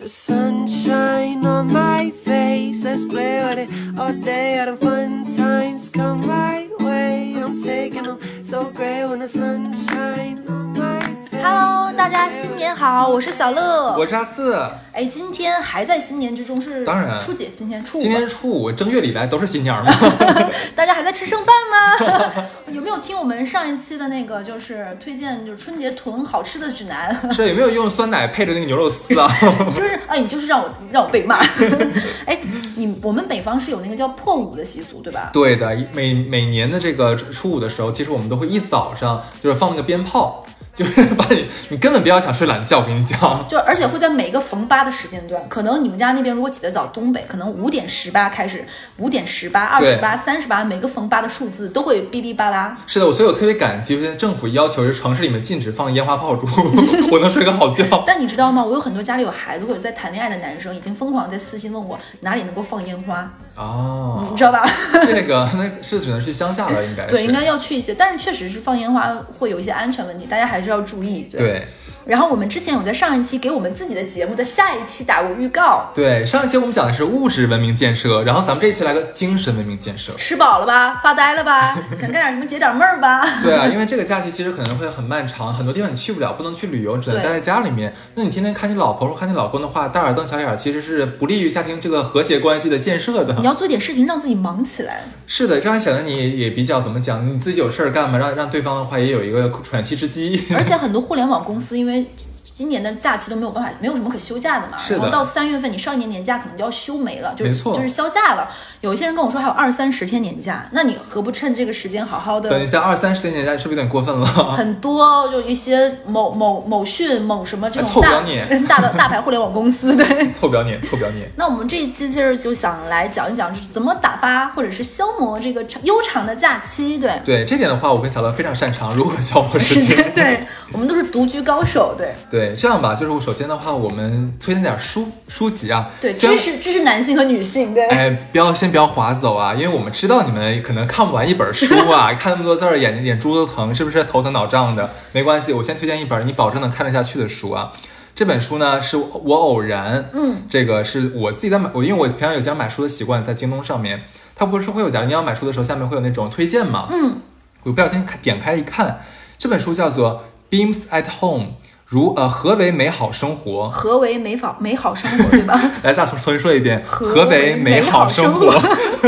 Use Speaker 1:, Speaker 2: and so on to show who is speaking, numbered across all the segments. Speaker 1: The sunshine on my face. Let's play with it all day. All the fun times come my way. I'm taking them so great when the sunshine on my face.
Speaker 2: Hello，大家新年好，我是小乐。
Speaker 3: 嗯我是阿四，
Speaker 2: 哎，今天还在新年之中是
Speaker 3: 当然
Speaker 2: 初几？今天初五。
Speaker 3: 今天初五，正月里来都是新年儿嘛。
Speaker 2: 大家还在吃剩 饭吗？有没有听我们上一期的那个就是推荐就是春节囤好吃的指南？
Speaker 3: 这有没有用酸奶配着那个牛肉丝啊？
Speaker 2: 就是哎，你就是让我让我被骂。 哎，你我们北方是有那个叫破五的习俗对吧？
Speaker 3: 对的，一每每年的这个初五的时候，其实我们都会一早上就是放那个鞭炮，就是 把你你根本不要想睡懒觉，我跟你讲。
Speaker 2: 就而且会在每个逢八的时间段，可能你们家那边如果起得早，东北可能五点十八开始，五点十八、二十八、三十八，每个逢八的数字都会哔哩吧啦。
Speaker 3: 是的，我所以我特别感激，现在政府要求是城市里面禁止放烟花爆竹， 我能睡个好觉。
Speaker 2: 但你知道吗？我有很多家里有孩子或者在谈恋爱的男生，已经疯狂在私信问我哪里能够放烟花，
Speaker 3: 哦
Speaker 2: 你，知道吧？
Speaker 3: 这个那是只能去乡下了，应该是
Speaker 2: 对，应该要去一些，但是确实是放烟花会有一些安全问题，大家还是要注意。对。
Speaker 3: 对。
Speaker 2: 然后我们之前有在上一期给我们自己的节目的下一期打过预告，
Speaker 3: 对，上一期我们讲的是物质文明建设，然后咱们这一期来个精神文明建设。
Speaker 2: 吃饱了吧？发呆了吧？想干点什么解点闷儿吧？
Speaker 3: 对啊，因为这个假期其实可能会很漫长，很多地方你去不了，不能去旅游，只能
Speaker 2: 对
Speaker 3: 待在家里面。那你天天看你老婆或看你老公的话，大眼瞪小眼儿，其实是不利于家庭这个和谐关系的建设
Speaker 2: 你
Speaker 3: 的。
Speaker 2: 要做点事情让自己忙起来。
Speaker 3: 是的，这样想的你也比较怎么讲，你自己有事儿干嘛，让让对方的话也有一个喘息之机。
Speaker 2: 而且很多互联网公司因为今年的假期都没有办法，没有什么可休假的嘛。
Speaker 3: 是的
Speaker 2: 然后到三月份，你上一年年假可能就要休没了，就
Speaker 3: 没错
Speaker 2: 就是休假了。有一些人跟我说还有二三十天年假，那你何不趁这个时间好好的
Speaker 3: 等一下二三十年代是不是有点过分了？
Speaker 2: 很多就一些某某某讯、某什么这种
Speaker 3: 凑不
Speaker 2: 大
Speaker 3: 了 你
Speaker 2: 大的大牌互联网公司，对。
Speaker 3: 凑不了脸，凑不了脸。
Speaker 2: 那我们这一期其实就想来讲一讲是怎么打发或者是消磨这个长悠长的假期，对。
Speaker 3: 对这点的话，我跟小乐非常擅长如何消磨时
Speaker 2: 时
Speaker 3: 间。
Speaker 2: 间 对，我们都是独居高手，对
Speaker 3: 对，这样吧，就是我首先的话，我们推荐点书书籍啊。
Speaker 2: 对，
Speaker 3: 虽然
Speaker 2: 支持支持男性和女性，对。
Speaker 3: 哎，不要先不要划走啊，因为我们知道你们可能看不完一本书 啊，看那么多字儿，眼睛眼珠子疼，是不是头疼脑胀的？没关系，我先推荐一本你保证能看得下去的书啊。这本书呢，是我偶然，
Speaker 2: 嗯，
Speaker 3: 这个是我自己在买，我因为我平常有经常买书的习惯，在京东上面，它不是会有，假如你要买书的时候，下面会有那种推荐嘛，
Speaker 2: 嗯，
Speaker 3: 我不小心看点开一看，这本书叫做《Beams at Home》，如呃何为美好生活？
Speaker 2: 何为美好美好生 活，对吧？
Speaker 3: 来，再重重新说一遍，
Speaker 2: 何
Speaker 3: 何
Speaker 2: 为
Speaker 3: 为
Speaker 2: 美
Speaker 3: 美
Speaker 2: 好
Speaker 3: 好生
Speaker 2: 生
Speaker 3: 活
Speaker 2: 活？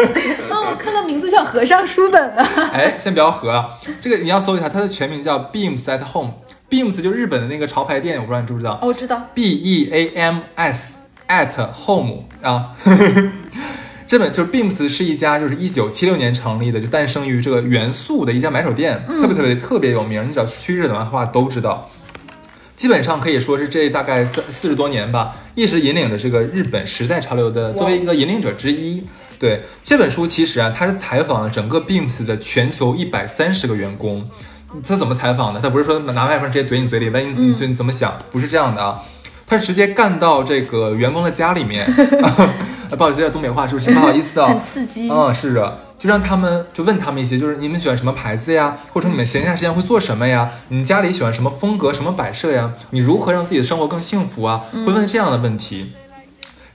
Speaker 2: 哦，我看到名字像和尚书本啊。
Speaker 3: 哎，先不要合啊，这个你要搜一下，它的全名叫 Beams at Home。Beams 就日本的那个潮牌店，我不知道你知不知道。
Speaker 2: 哦，我知道，
Speaker 3: B E A M S at home 啊。 这本就是 Beams 是一家就是一九七六年成立的，就诞生于这个元素的一家买手店，特别特别特别有名。你只要去日本的话都知道。基本上可以说是这大概三四十多年吧，一直引领的这个日本时代潮流的，作为一个引领者之一。对这本书，其实啊，它是采访了整个 Beams 的全球一百三十个员工。他怎么采访的？他不是说拿麦克风直接怼你嘴里，问你
Speaker 2: 嗯
Speaker 3: 你你怎么想，不是这样的啊。他是直接干到这个员工的家 里面，啊不好意思，这东北话是不是？不好意思啊、
Speaker 2: 很刺激。
Speaker 3: 嗯，是的，就让他们就问他们一些，就是你们喜欢什么牌子呀，或者你们闲暇时间会做什么呀？你家里喜欢什么风格、什么摆设呀？你如何让自己的生活更幸福啊？
Speaker 2: 嗯
Speaker 3: 会问这样的问题。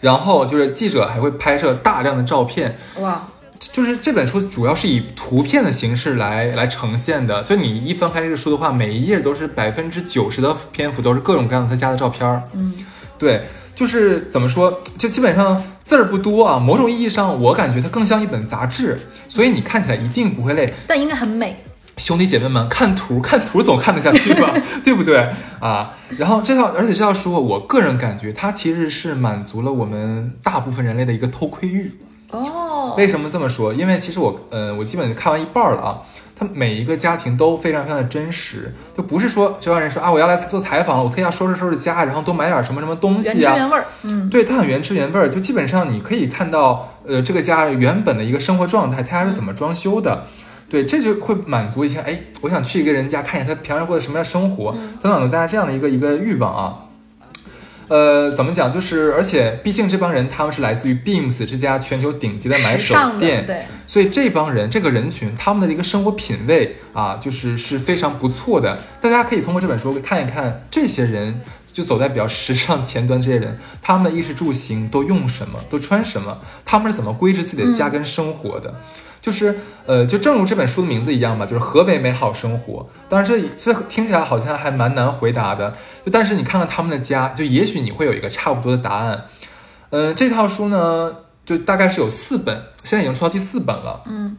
Speaker 3: 然后就是记者还会拍摄大量的照片，
Speaker 2: 哇，
Speaker 3: 就是这本书主要是以图片的形式来来呈现的。就你一翻开这个书的话，每一页都是百分之九十的篇幅都是各种各样的他家的照片儿。
Speaker 2: 嗯，
Speaker 3: 对，就是怎么说，就基本上字儿不多啊。某种意义上，我感觉它更像一本杂志，所以你看起来一定不会累。
Speaker 2: 但应该很美。
Speaker 3: 兄弟姐妹们，看图 看图总看得下去吧，对不对啊？然后这套，而且这套书，我个人感觉它其实是满足了我们大部分人类的一个偷窥欲。
Speaker 2: 哦，
Speaker 3: 为什么这么说？因为其实我，呃，我基本看完一半儿了啊。他每一个家庭都非常非常的真实，就不是说就让人说啊，我要来做采访了，我特意要收拾收拾家，然后多买点什么什么东
Speaker 2: 原
Speaker 3: 西
Speaker 2: 汁
Speaker 3: 啊，
Speaker 2: 原味儿。嗯，
Speaker 3: 对，它很原汁原味儿，就基本上你可以看到，呃，这个家原本的一个生活状态，
Speaker 2: 嗯
Speaker 3: 它是怎么装修的。对，这就会满足一下，哎，我想去一个人家看一下他平常过的什么样的生活，
Speaker 2: 嗯
Speaker 3: 等等的大家这样的一个一个欲望啊。呃，怎么讲？就是，而且毕竟这帮人他们是来自于 Beams 这家全球顶级的买
Speaker 2: 时
Speaker 3: 手
Speaker 2: 尚的
Speaker 3: 店，
Speaker 2: 对，
Speaker 3: 所以这帮人这个人群他们的一个生活品味啊，就是是非常不错的。大家可以通过这本书看一看这些人。就走在比较时尚前端这些人，他们的衣食住行都用什么，都穿什么，他们是怎么规制自己的家跟生活的。就是呃，就正如这本书的名字一样吧，就是何为美好生活。当然这，这这听起来好像还蛮难回答的。就但是你看看他们的家，就也许你会有一个差不多的答案。嗯、呃，这套书呢，就大概是有四本，现在已经出到第四本了。
Speaker 2: 嗯，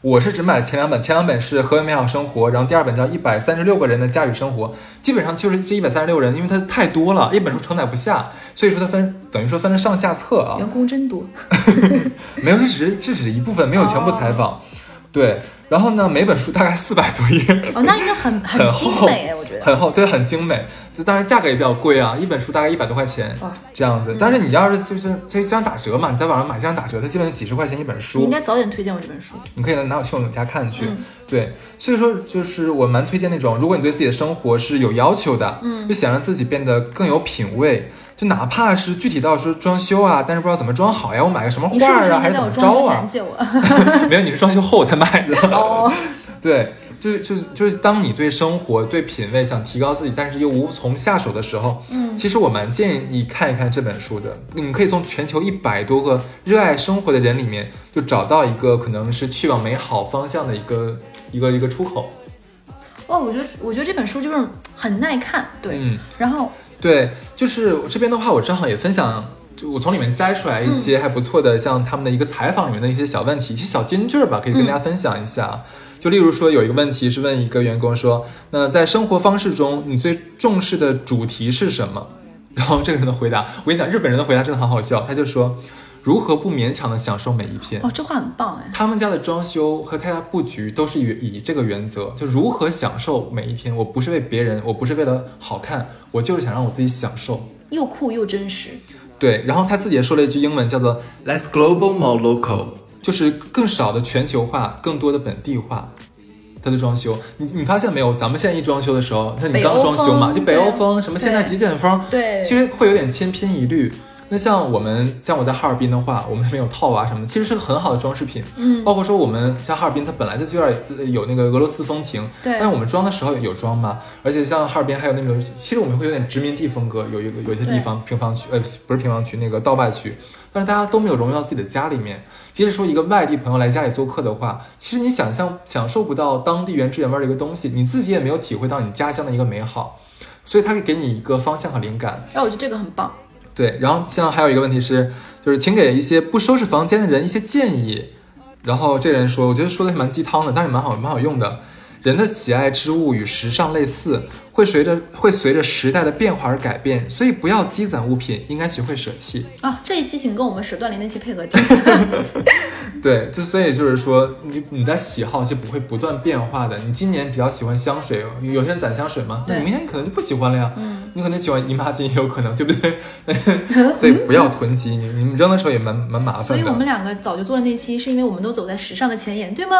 Speaker 3: 我是只买了前两本，前两本是《何为美好生活》，然后第二本叫《一百三十六个人的家与生活》，基本上就是这一百三十六人，因为它太多了，一本书承载不下，所以说它分等于说分了上下册啊。
Speaker 2: 员工真 多。
Speaker 3: 没有，这只是这只是一部分，没有全部采访。对，然后呢，每本书大概四百多页，
Speaker 2: 哦，那应该很
Speaker 3: 很
Speaker 2: 很精
Speaker 3: 厚
Speaker 2: 美哎，我觉得。
Speaker 3: 很厚，对，很精美。就当然价格也比较贵啊，一本书大概一百多块钱
Speaker 2: 哇嗯
Speaker 3: 这样子。但是你要是就是这这样打折嘛，你在网上买这样打折，它基本上几十块钱一本
Speaker 2: 你应
Speaker 3: 书，
Speaker 2: 该早点推荐我这本书。
Speaker 3: 你可以拿我去我们家看去。
Speaker 2: 嗯
Speaker 3: 对，所以说就是我蛮推荐那种，如果你对自己的生活是有要求的，嗯，就想让自己变得更有品味。就哪怕是具体到说装修啊，但是不知道怎么装好呀，我买个什么
Speaker 2: 你是
Speaker 3: 画
Speaker 2: 不是
Speaker 3: 儿啊，
Speaker 2: 应
Speaker 3: 还
Speaker 2: 该
Speaker 3: 是
Speaker 2: 在
Speaker 3: 怎
Speaker 2: 我
Speaker 3: 么
Speaker 2: 装
Speaker 3: 着
Speaker 2: 修
Speaker 3: 啊
Speaker 2: 前？ 借我？
Speaker 3: 没有，你是装修后我才买的。
Speaker 2: 哦，
Speaker 3: 对，就就就是当你对生活、对品味想提高自己，但是又无从下手的时候，嗯，其实我蛮建议看一看这本书的。你可以从全球一百多个热爱生活的人里面，就找到一个可能是去往美好方向的一个一个一个出口。
Speaker 2: 哇，我觉得我觉得这本书就是很耐看，对。
Speaker 3: 嗯，
Speaker 2: 然后
Speaker 3: 对，就是这边的话，我正好也分享。就我从里面摘出来一些还不错的，像他们的一个采访里面的一些小问题、一些小金句儿吧，可以跟大家分享一下。就例如说，有一个问题是问一个员工说：“那在生活方式中，你最重视的主题是什么？” 然后这个人的回答，我跟你讲，日本人的回答真的很好笑，他就说：“如何不勉强的享受每一天。”
Speaker 2: 哦，这话很棒哎，
Speaker 3: 他们家的装修和他家布局都是以以这个原则，就如何享受每一天。我不是为别人，我不是为了好看，我就是想让我自己享受。
Speaker 2: 又酷又真实。
Speaker 3: 对，然后他自己也说了一句英文，叫做 “less global, more local”，就是更少的全球化，更多的本地化。他的装修，你你发现没有？咱们现在一装修的时候，那你
Speaker 2: 北
Speaker 3: 刚
Speaker 2: 欧
Speaker 3: 装修嘛，
Speaker 2: 风
Speaker 3: 就北欧
Speaker 2: 对
Speaker 3: 风，什么现代
Speaker 2: 对
Speaker 3: 极简风，
Speaker 2: 对
Speaker 3: 其实会有点千篇一律。那像我们，像我在哈尔滨的话，我们没有套娃什么的，其实是个很好的装饰品。
Speaker 2: 嗯
Speaker 3: 包括说我们像哈尔滨，它本来就有点呃有那个俄罗斯风情，
Speaker 2: 对
Speaker 3: 但是我们装的时候有装吗？而且像哈尔滨还有那种，其实我们会有点殖民地风格，有一个有一些地方平房区，呃，不是平房区，那个道外区，但是大家都没有融入到自己的家里面。即使说一个外地朋友来家里做客的话，其实你想象享受不到当地原汁原味的一个东西，你自己也没有体会到你家乡的一个美好，所以它会给你一个方向和灵感。
Speaker 2: 哎，我觉得这个很棒。
Speaker 3: 对，然后现在还有一个问题是，就是请给一些不收拾房间的人一些建议。然后这人说，我觉得说的蛮鸡汤的，但是蛮好蛮好用的。人的喜爱之物与时尚类似，会随着会随着时代的变化而改变，所以不要积攒物品，应该学会舍弃。
Speaker 2: 啊，这一期请跟我们舍断离那期配合听。
Speaker 3: 对，就所以就是说，你你的喜好就不会不断变化的。你今年比较喜欢香水，有有些人攒香水嘛，那你
Speaker 2: 对
Speaker 3: 明年可能就不喜欢了呀。嗯，你可能喜欢姨妈巾也有可能，对不对？所以不要囤积，你你扔的时候也蛮蛮麻
Speaker 2: 所
Speaker 3: 烦
Speaker 2: 以
Speaker 3: 的。
Speaker 2: 我们两个早就做了那期，是因为我们都走在时尚的前沿，对 吗？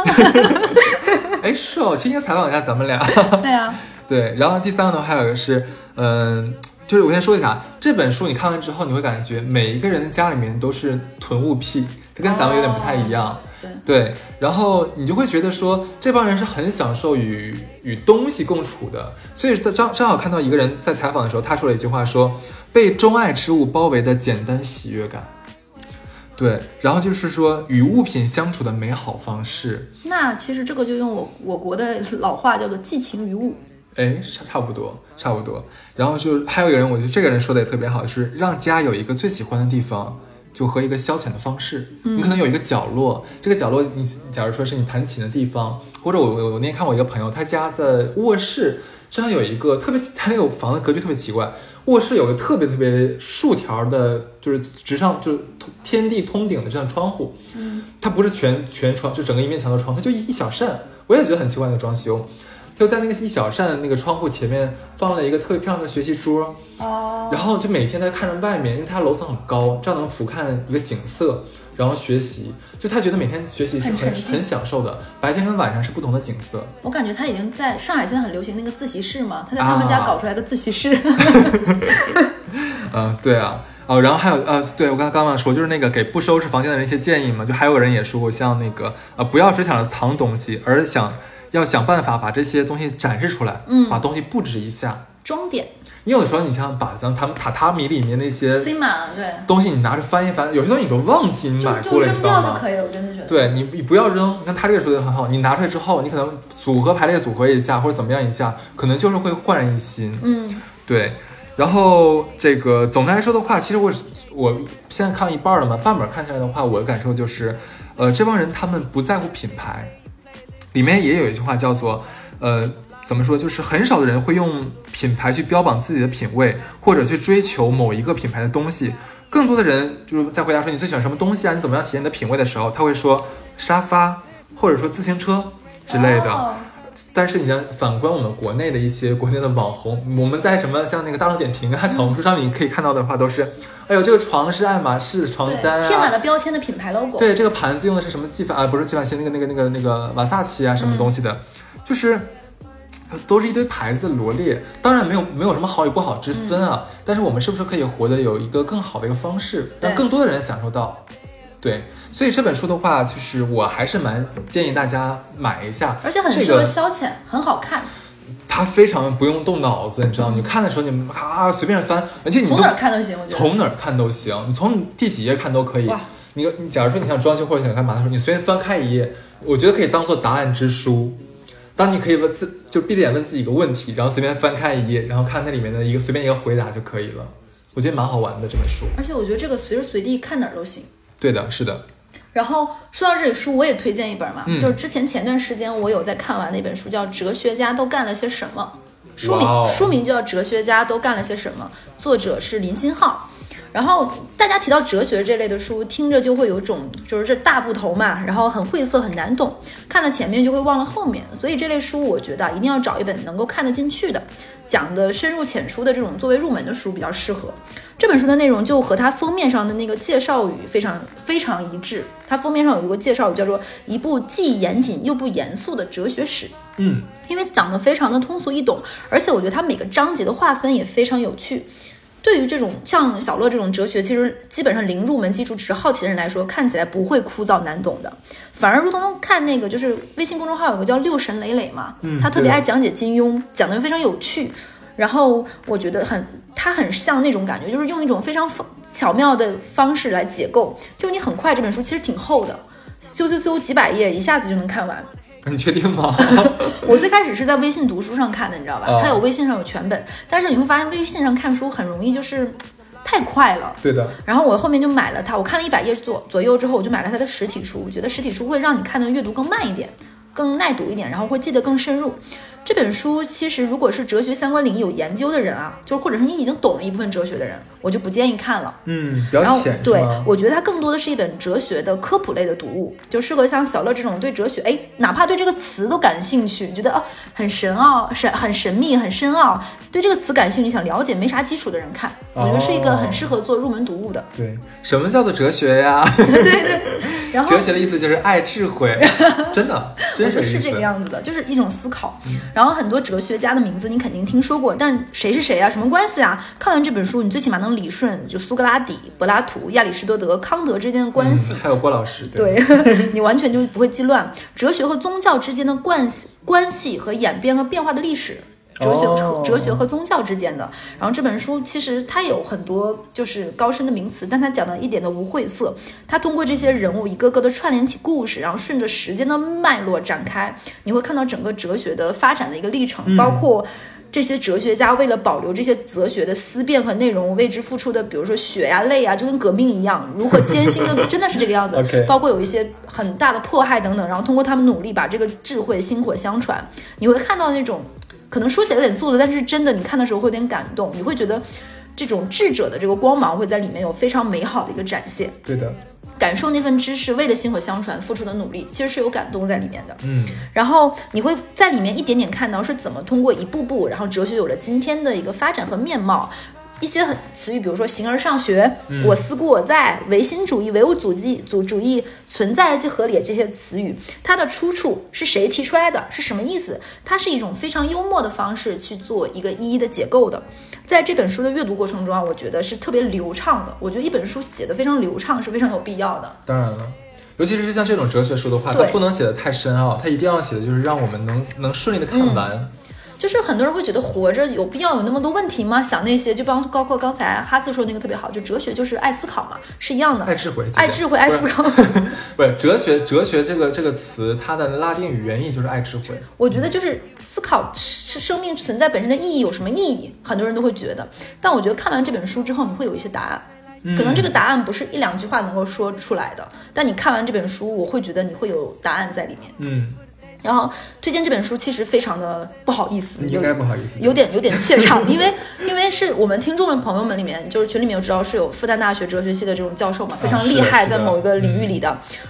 Speaker 3: 哎，是哦，今天采访一下咱们俩。
Speaker 2: 对啊，
Speaker 3: 对，然后第三个呢，还有一个是，嗯、就是我先说一下这本书，你看完之后，你会感觉每一个人的家里面都是囤物癖，它跟咱们有点不太一样。
Speaker 2: 对，
Speaker 3: 对，然后你就会觉得说，这帮人是很享受与与东西共处的。所以正正好看到一个人在采访的时候，他说了一句话说，被钟爱之物包围的简单喜悦感。对，然后就是说与物品相处的美好方式。
Speaker 2: 那其实这个就用我我国的老话叫做寄情于物。
Speaker 3: 哎，差差不多，差不多。然后就还有一个人，我觉得这个人说的也特别好，是让家有一个最喜欢的地方，就和一个消遣的方式。你可能有一个角落，这个角落你假如说是你弹琴的地方，或者我我我那天看我一个朋友，他家在卧室正好有一个特别，他那个房子格局特别奇怪，卧室有个特别特别竖条的，就是直上就是天地通顶的这样窗户，它不是全全窗，就整个一面墙的窗，它就一小扇，我也觉得很奇怪的装修。就在那个一小扇的那个窗户前面放了一个特别漂亮的学习桌，
Speaker 2: 哦，
Speaker 3: 然后就每天在看着外面，因为它楼层很高，这样能俯瞰一个景色，然后学习。就他觉得每天学习是
Speaker 2: 很沉
Speaker 3: 很
Speaker 2: 浸
Speaker 3: 很享受的，白天跟晚上是不同的景色。
Speaker 2: 我感觉他已经在上海现在很流行那个自习室嘛，他在他们家
Speaker 3: 啊
Speaker 2: 搞出来个自习 室。
Speaker 3: 嗯，对啊，哦，然后还有呃，对我刚刚刚说，就是那个给不收拾房间的人一些建议嘛，就还有人也说过，像那个呃，不要只想着藏东西，而想要想办法把这些东西展示出来，嗯，把东西布置一下，
Speaker 2: 装点。
Speaker 3: 你有的时候你像把咱他们榻榻米里面那些
Speaker 2: C 满对，
Speaker 3: 东西，你拿着翻一翻，有些东西你都忘记你买
Speaker 2: 就就
Speaker 3: 过了，你
Speaker 2: 扔
Speaker 3: 知道
Speaker 2: 掉就
Speaker 3: 吗？
Speaker 2: 可以了，我真的觉得。
Speaker 3: 对你，你不要扔。你看他这个说的很好，你拿出来之后，你可能组合排列组合一下，或者怎么样一下，可能就是会焕然一新。
Speaker 2: 嗯，
Speaker 3: 对，然后这个总的来说的话，其实我我现在看一半了嘛，半本看下来的话，我的感受就是，呃，这帮人他们不在乎品牌，里面也有一句话叫做，呃。怎么说？就是很少的人会用品牌去标榜自己的品味，或者去追求某一个品牌的东西。更多的人就是在回答说你最喜欢什么东西啊，你怎么样体验你的品味的时候，他会说沙发，或者说自行车之类的。
Speaker 2: 哦
Speaker 3: 但是你像反观我们国内的一些国内的网红，我们在什么像那个大众点评啊、小红书上面，你可以看到的话都是，哎呦，这个床是爱马仕床单
Speaker 2: 对，贴满
Speaker 3: 啊，
Speaker 2: 了标签的品牌 logo。
Speaker 3: 对，这个盘子用的是什么纪梵啊，不是纪梵希，那个那个那个那个瓦萨奇啊，什么东西的，就是呃都是一堆牌子的罗列。当然没有没有什么好与不好之分啊，但是我们是不是可以活得有一个更好的一个方式，让
Speaker 2: 对
Speaker 3: 更多的人享受到？对，所以这本书的话，其实我还是蛮建议大家买一下，
Speaker 2: 而且很
Speaker 3: 这
Speaker 2: 适合
Speaker 3: 个
Speaker 2: 消遣，很好看，
Speaker 3: 他非常不用动脑子，你知道，你看的时候你们啊随便翻，而 且你都
Speaker 2: 从哪儿看都行，我觉得。
Speaker 3: 从哪儿看都行，你从第几页看都可以
Speaker 2: 哇。
Speaker 3: 你你假如说你想装修或者想干嘛的时候，你随便翻开一页，我觉得可以当做答案之书。当你可以问自就闭着眼问自己一个问题，然后随便翻开一页，然后看那里面的一个随便一个回答就可以了。我觉得蛮好玩的这本书。
Speaker 2: 而且我觉得这个随时随地看哪儿都行。
Speaker 3: 对的，是的，
Speaker 2: 然后说到这里书，我也推荐一本嘛，
Speaker 3: 嗯
Speaker 2: 就是之前前段时间我有在看完那本书，叫《哲学家都干了些什么》，书名、
Speaker 3: 哇哦
Speaker 2: 书名叫《哲学家都干了些什么》，作者是林新浩。然后大家提到哲学这类的书，听着就会有种就是这大部头嘛，然后很晦涩很难懂，看了前面就会忘了后面，所以这类书我觉得啊一定要找一本能够看得进去的，讲的深入浅出的这种作为入门的书比较适合。这本书的内容就和它封面上的那个介绍语非常非常一致。它封面上有一个介绍语叫做“一部既严谨又不严肃的哲学史”，
Speaker 3: 嗯，
Speaker 2: 因为讲的非常的通俗易懂，而且我觉得它每个章节的划分也非常有趣。对于这种像小乐这种哲学，其实基本上零入门基础只是好奇的人来说，看起来不会枯燥难懂的，反而如同看那个就是微信公众号有个叫“六神磊磊”嘛，
Speaker 3: 嗯
Speaker 2: 他特别
Speaker 3: 对
Speaker 2: 爱讲解金庸，讲的非常有趣。然后我觉得很，它很像那种感觉，就是用一种非常方巧妙的方式来解构，就你很快这本书其实挺厚的，咻咻咻几百页一下子就能看完。
Speaker 3: 嗯你确定吗？
Speaker 2: 我最开始是在微信读书上看的，你知道吧
Speaker 3: 哦？
Speaker 2: 它有微信上有全本，但是你会发现微信上看书很容易就是嘖太快了。
Speaker 3: 对的，
Speaker 2: 然后我后面就买了它，我看了一百页左左右之后，我就买了它的实体书。我觉得实体书会让你看的阅读更慢一点，更耐读一点，然后会记得更深入。这本书其实如果是哲学相关领域有研究的人啊，就或者是你已经懂了一部分哲学的人，我就不建议看了。
Speaker 3: 嗯，比
Speaker 2: 然
Speaker 3: 较
Speaker 2: 后
Speaker 3: 浅是
Speaker 2: 对
Speaker 3: 吗，？
Speaker 2: 我觉得它更多的是一本哲学的科普类的读物，就适合像小乐这种对哲学，哎，哪怕对这个词都感兴趣，觉得哦很神奥、神很神秘、很深奥，对这个词感兴趣，想了解没啥基础的人看，我觉得是一个
Speaker 3: 哦
Speaker 2: 很适合做入门读物的。
Speaker 3: 对，什么叫做哲学呀？
Speaker 2: 对对，然后
Speaker 3: 哲学的意思就是爱智 慧，真的，
Speaker 2: 我
Speaker 3: 真
Speaker 2: 觉得
Speaker 3: 的
Speaker 2: 是这个样子的，就是一种思考。
Speaker 3: 嗯
Speaker 2: 然后很多哲学家的名字你肯定听说过，但谁是谁啊？什么关系啊？看完这本书，你最起码能理顺就苏格拉底、柏拉图、亚里士多德、康德之间的关系。
Speaker 3: 嗯还有郭老师，对，
Speaker 2: 对 你完全就不会记乱。哲学和宗教之间的关系、关系和演变和变化的历史。哲学和、
Speaker 3: 哦
Speaker 2: 哲学和宗教之间的，然后这本书其实它有很多就是高深的名词，但它讲的一点都不晦涩。它通过这些人物一个个的串联起故事，然后顺着时间的脉络展开，你会看到整个哲学的发展的一个历
Speaker 3: 嗯
Speaker 2: 程，包括这些哲学家为了保留这些哲学的思辨和内容，为之付出的，比如说血呀、泪呀，就跟革命一样，如何艰辛的， 真的是这个样子。
Speaker 3: OK
Speaker 2: 包括有一些很大的迫害等等，然后通过他们努力把这个智慧薪火相传，你会看到那种可能说起来有点做作，但是真的你看的时候会有点感动，你会觉得这种智者的这个光芒会在里面有非常美好的一个展现，
Speaker 3: 对的，
Speaker 2: 感受那份知识为了薪火相传付出的努力，其实是有感动在里面的。
Speaker 3: 嗯，
Speaker 2: 然后你会在里面一点点看到是怎么通过一步步，然后哲学有了今天的一个发展和面貌。一些很词语，比如说“形而上学”“我思故我在”“唯心主义”“唯物主义”“主主义”“存在即合理”这些词语，它的出处是谁提出来的？是什么意思？它是一种非常幽默的方式去做一个一一的解构的。在这本书的阅读过程中啊，我觉得是特别流畅的。我觉得一本书写的非常流畅是非常有必要的。
Speaker 3: 当然了。尤其是像这种哲学书的话，它
Speaker 2: 对嗯
Speaker 3: 不能写的太深奥，它一定要写的就是让我们能能顺利的看完。
Speaker 2: 就是很多人会觉得活着有必要有那么多问题吗？想那些，就包包括刚才哈次说那个特别好，就哲学就是爱思考嘛，是一样的，
Speaker 3: 爱智慧，
Speaker 2: 爱智慧，爱思考。
Speaker 3: 不是哲学，哲学这个这个词，它的拉丁语原意就是爱智慧。
Speaker 2: 我觉得就是思考是生命存在本身的意义有什么意义，很多人都会觉得。但我觉得看完这本书之后，你会有一些答案。可能这个答案不是一两句话能够说出来的，但你看完这本书，我会觉得你会有答案在里面。
Speaker 3: 嗯，
Speaker 2: 然后推荐这本书其实非常的不好意思，
Speaker 3: 你
Speaker 2: 有
Speaker 3: 应该不好意思，
Speaker 2: 有点有点怯 场，因为因为是我们听众的朋友们里面，就是群里面我知道是有复旦大学哲学系的这种教授嘛，非常厉害，
Speaker 3: 啊是的嗯
Speaker 2: 在某一个领域里的。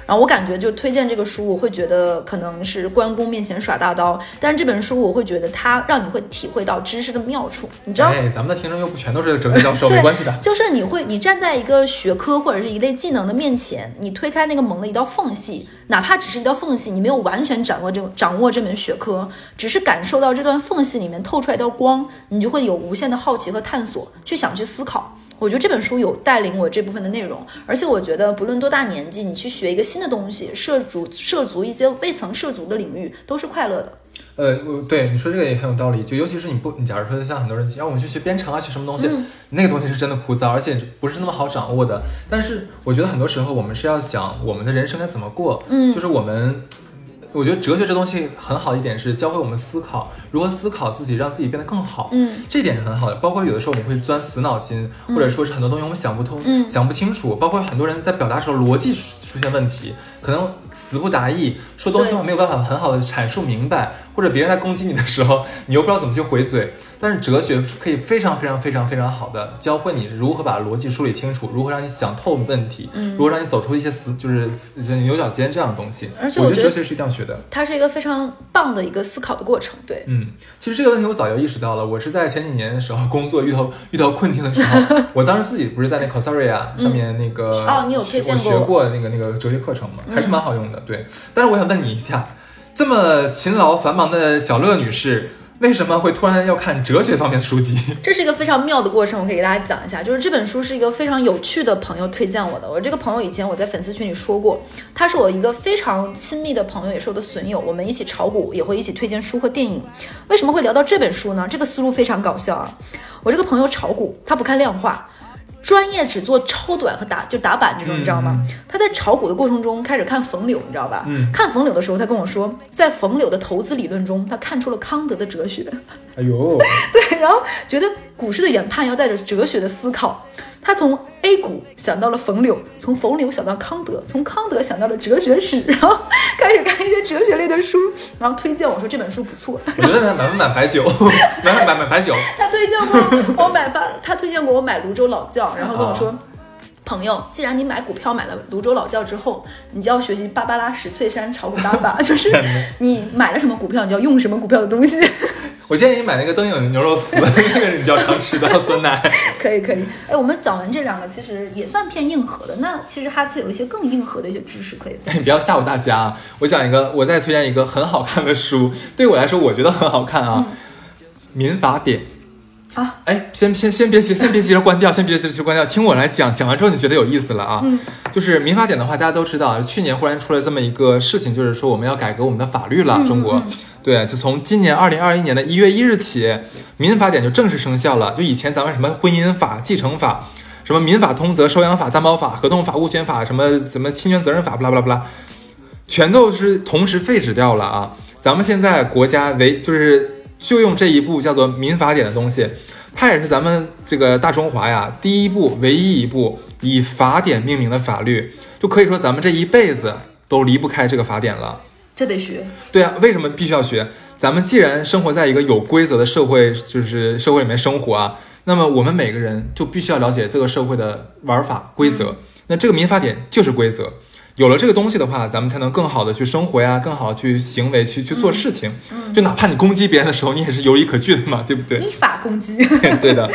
Speaker 2: 然后我感觉就推荐这个书，我会觉得可能是关公面前耍大刀，但是这本书我会觉得它让你会体会到知识的妙处，你知道。
Speaker 3: 哎，咱们的听众又不全都是哲学教授，
Speaker 2: 对
Speaker 3: 哦没关系的。
Speaker 2: 就是你会，你站在一个学科或者是一类技能的面前，你推开那个门的一道缝隙，哪怕只是一道缝隙，你没有完全掌握这掌握这门学科，只是感受到这段缝隙里面透出来一道光，你就会有无限的好奇和探索，去想去思考。我觉得这本书有带领我这部分的内容，而且我觉得不论多大年纪，你去学一个新的东西，涉足涉足一些未曾涉足的领域，都是快乐的。
Speaker 3: 呃，我对你说这个也很有道理，就尤其是你不，你假如说像很多人，要我们去学编程啊，学什么东西，那个东西是真的枯燥，而且不是那么好掌握的。但是我觉得很多时候我们是要想我们的人生该怎么过，嗯，就是我们。我觉得哲学这东西很好的一点是教会我们思考，如何思考自己，让自己变得更好。
Speaker 2: 嗯，
Speaker 3: 这点是很好的。包括有的时候我们会钻死脑筋，或者说是很多东西我们想不通、
Speaker 2: 嗯
Speaker 3: 想不清楚。包括很多人在表达时候逻辑出现问题，可能词不达意，说东西
Speaker 2: 对
Speaker 3: 我们没有办法很好的阐述明白，或者别人在攻击你的时候，你又不知道怎么去回嘴。但是哲学是可以非常非常非常非常好的教会你如何把逻辑梳理清楚，如何让你想透问题，
Speaker 2: 嗯
Speaker 3: 如何让你走出一些死就是人牛角尖这样的东西。
Speaker 2: 而且
Speaker 3: 我
Speaker 2: 我觉
Speaker 3: 哲
Speaker 2: 得
Speaker 3: 学是一定要学的。
Speaker 2: 它是一个非常棒的一个思考的过程，对。
Speaker 3: 嗯，其实这个问题我早就意识到了。我是在前几年的时候工作遇到遇到困境的 时候，我当时自己不是在那 c o s a r i a 上面那个、
Speaker 2: 哦你有推荐
Speaker 3: 我
Speaker 2: 过嗯
Speaker 3: 学过那个那个哲学课程嘛，还是蛮好用的。对，但是我想问你一下，这么勤劳繁忙的小乐女士，为什么会突然要看哲学方面的书籍？
Speaker 2: 这是一个非常妙的过程，我可以给大家讲一下。就是这本书是一个非常有趣的朋友推荐我的。我这个朋友以前我在粉丝群里说过，他是我一个非常亲密的朋友，也是我的损友。我们一起炒股，也会一起推荐书和电影。为什么会聊到这本书呢？这个思路非常搞笑啊！我这个朋友炒股，他不看量化，专业只做超短和打就打板这种，你知道吗？他在炒股的过程中开始看冯柳，你知道吧？
Speaker 3: 嗯
Speaker 2: 看冯柳的时候，他跟我说，在冯柳的投资理论中，他看出了康德的哲学。
Speaker 3: 哎呦，
Speaker 2: 对，然后觉得股市的研判要带着哲学的思考。他从 A 股想到了冯柳，从冯柳想到康德，从康德想到了哲学史，然后 开始看一些哲学类的书，然后推荐我说这本书不错。
Speaker 3: 我觉得买不买白酒，买不买买白酒，
Speaker 2: 他推荐过我买八，他推荐过我买泸州老窖，然后跟我说。朋友，既然你买股票买了泸州老窖之后，你就要学习芭芭拉史翠珊炒股打法， 就是你买了什么股票，你就要用什么股票的东西。
Speaker 3: 我建议你买那个灯影牛肉丝， 那个是比较常吃的还有酸奶。
Speaker 2: 可以可以，哎，我们讲完这两个，其实也算偏硬核的。那其实哈次有一些更硬核的一些知识可以分
Speaker 3: 你 不要吓唬大家啊！我讲一个，我再推荐一个很好看的书，对我来说我觉得很好看啊，民法典》。
Speaker 2: 啊。
Speaker 3: 哎，先先先别急，先别急着关掉，先别急着关掉，听我来讲，讲完之后你觉得有意思了啊。就是民法典的话，大家都知道，啊去年忽然出了这么一个事情，就是说我们要改革我们的法律了，中国。对，就从今年二零二一年的一月一日起，民法典就正式生效了。就以前咱们什么婚姻法、继承法。什么民法通则、收养法、担保法、合同法、物权法，什么什么侵权责任法，不啦不啦不啦，全都是同时废止掉了啊！咱们现在国家为就是就用这一部叫做《民法典》的东西，它也是咱们这个大中华呀第一部唯一一部以法典命名的法律，就可以说咱们这一辈子都离不开这个法典了。
Speaker 2: 这得学，
Speaker 3: 对啊，为什么必须要学？咱们既然生活在一个有规则的社会，就是社会里面生活啊，那么我们每个人就必须要了解这个社会的玩法规则。那这个民法典就是规则，有了这个东西的话，咱们才能更好的去生活呀，更好的去行为，去去做事情。就哪怕你攻击别人的时候，你也是有理可据的嘛，对不对？
Speaker 2: 依法攻击。
Speaker 3: 对的。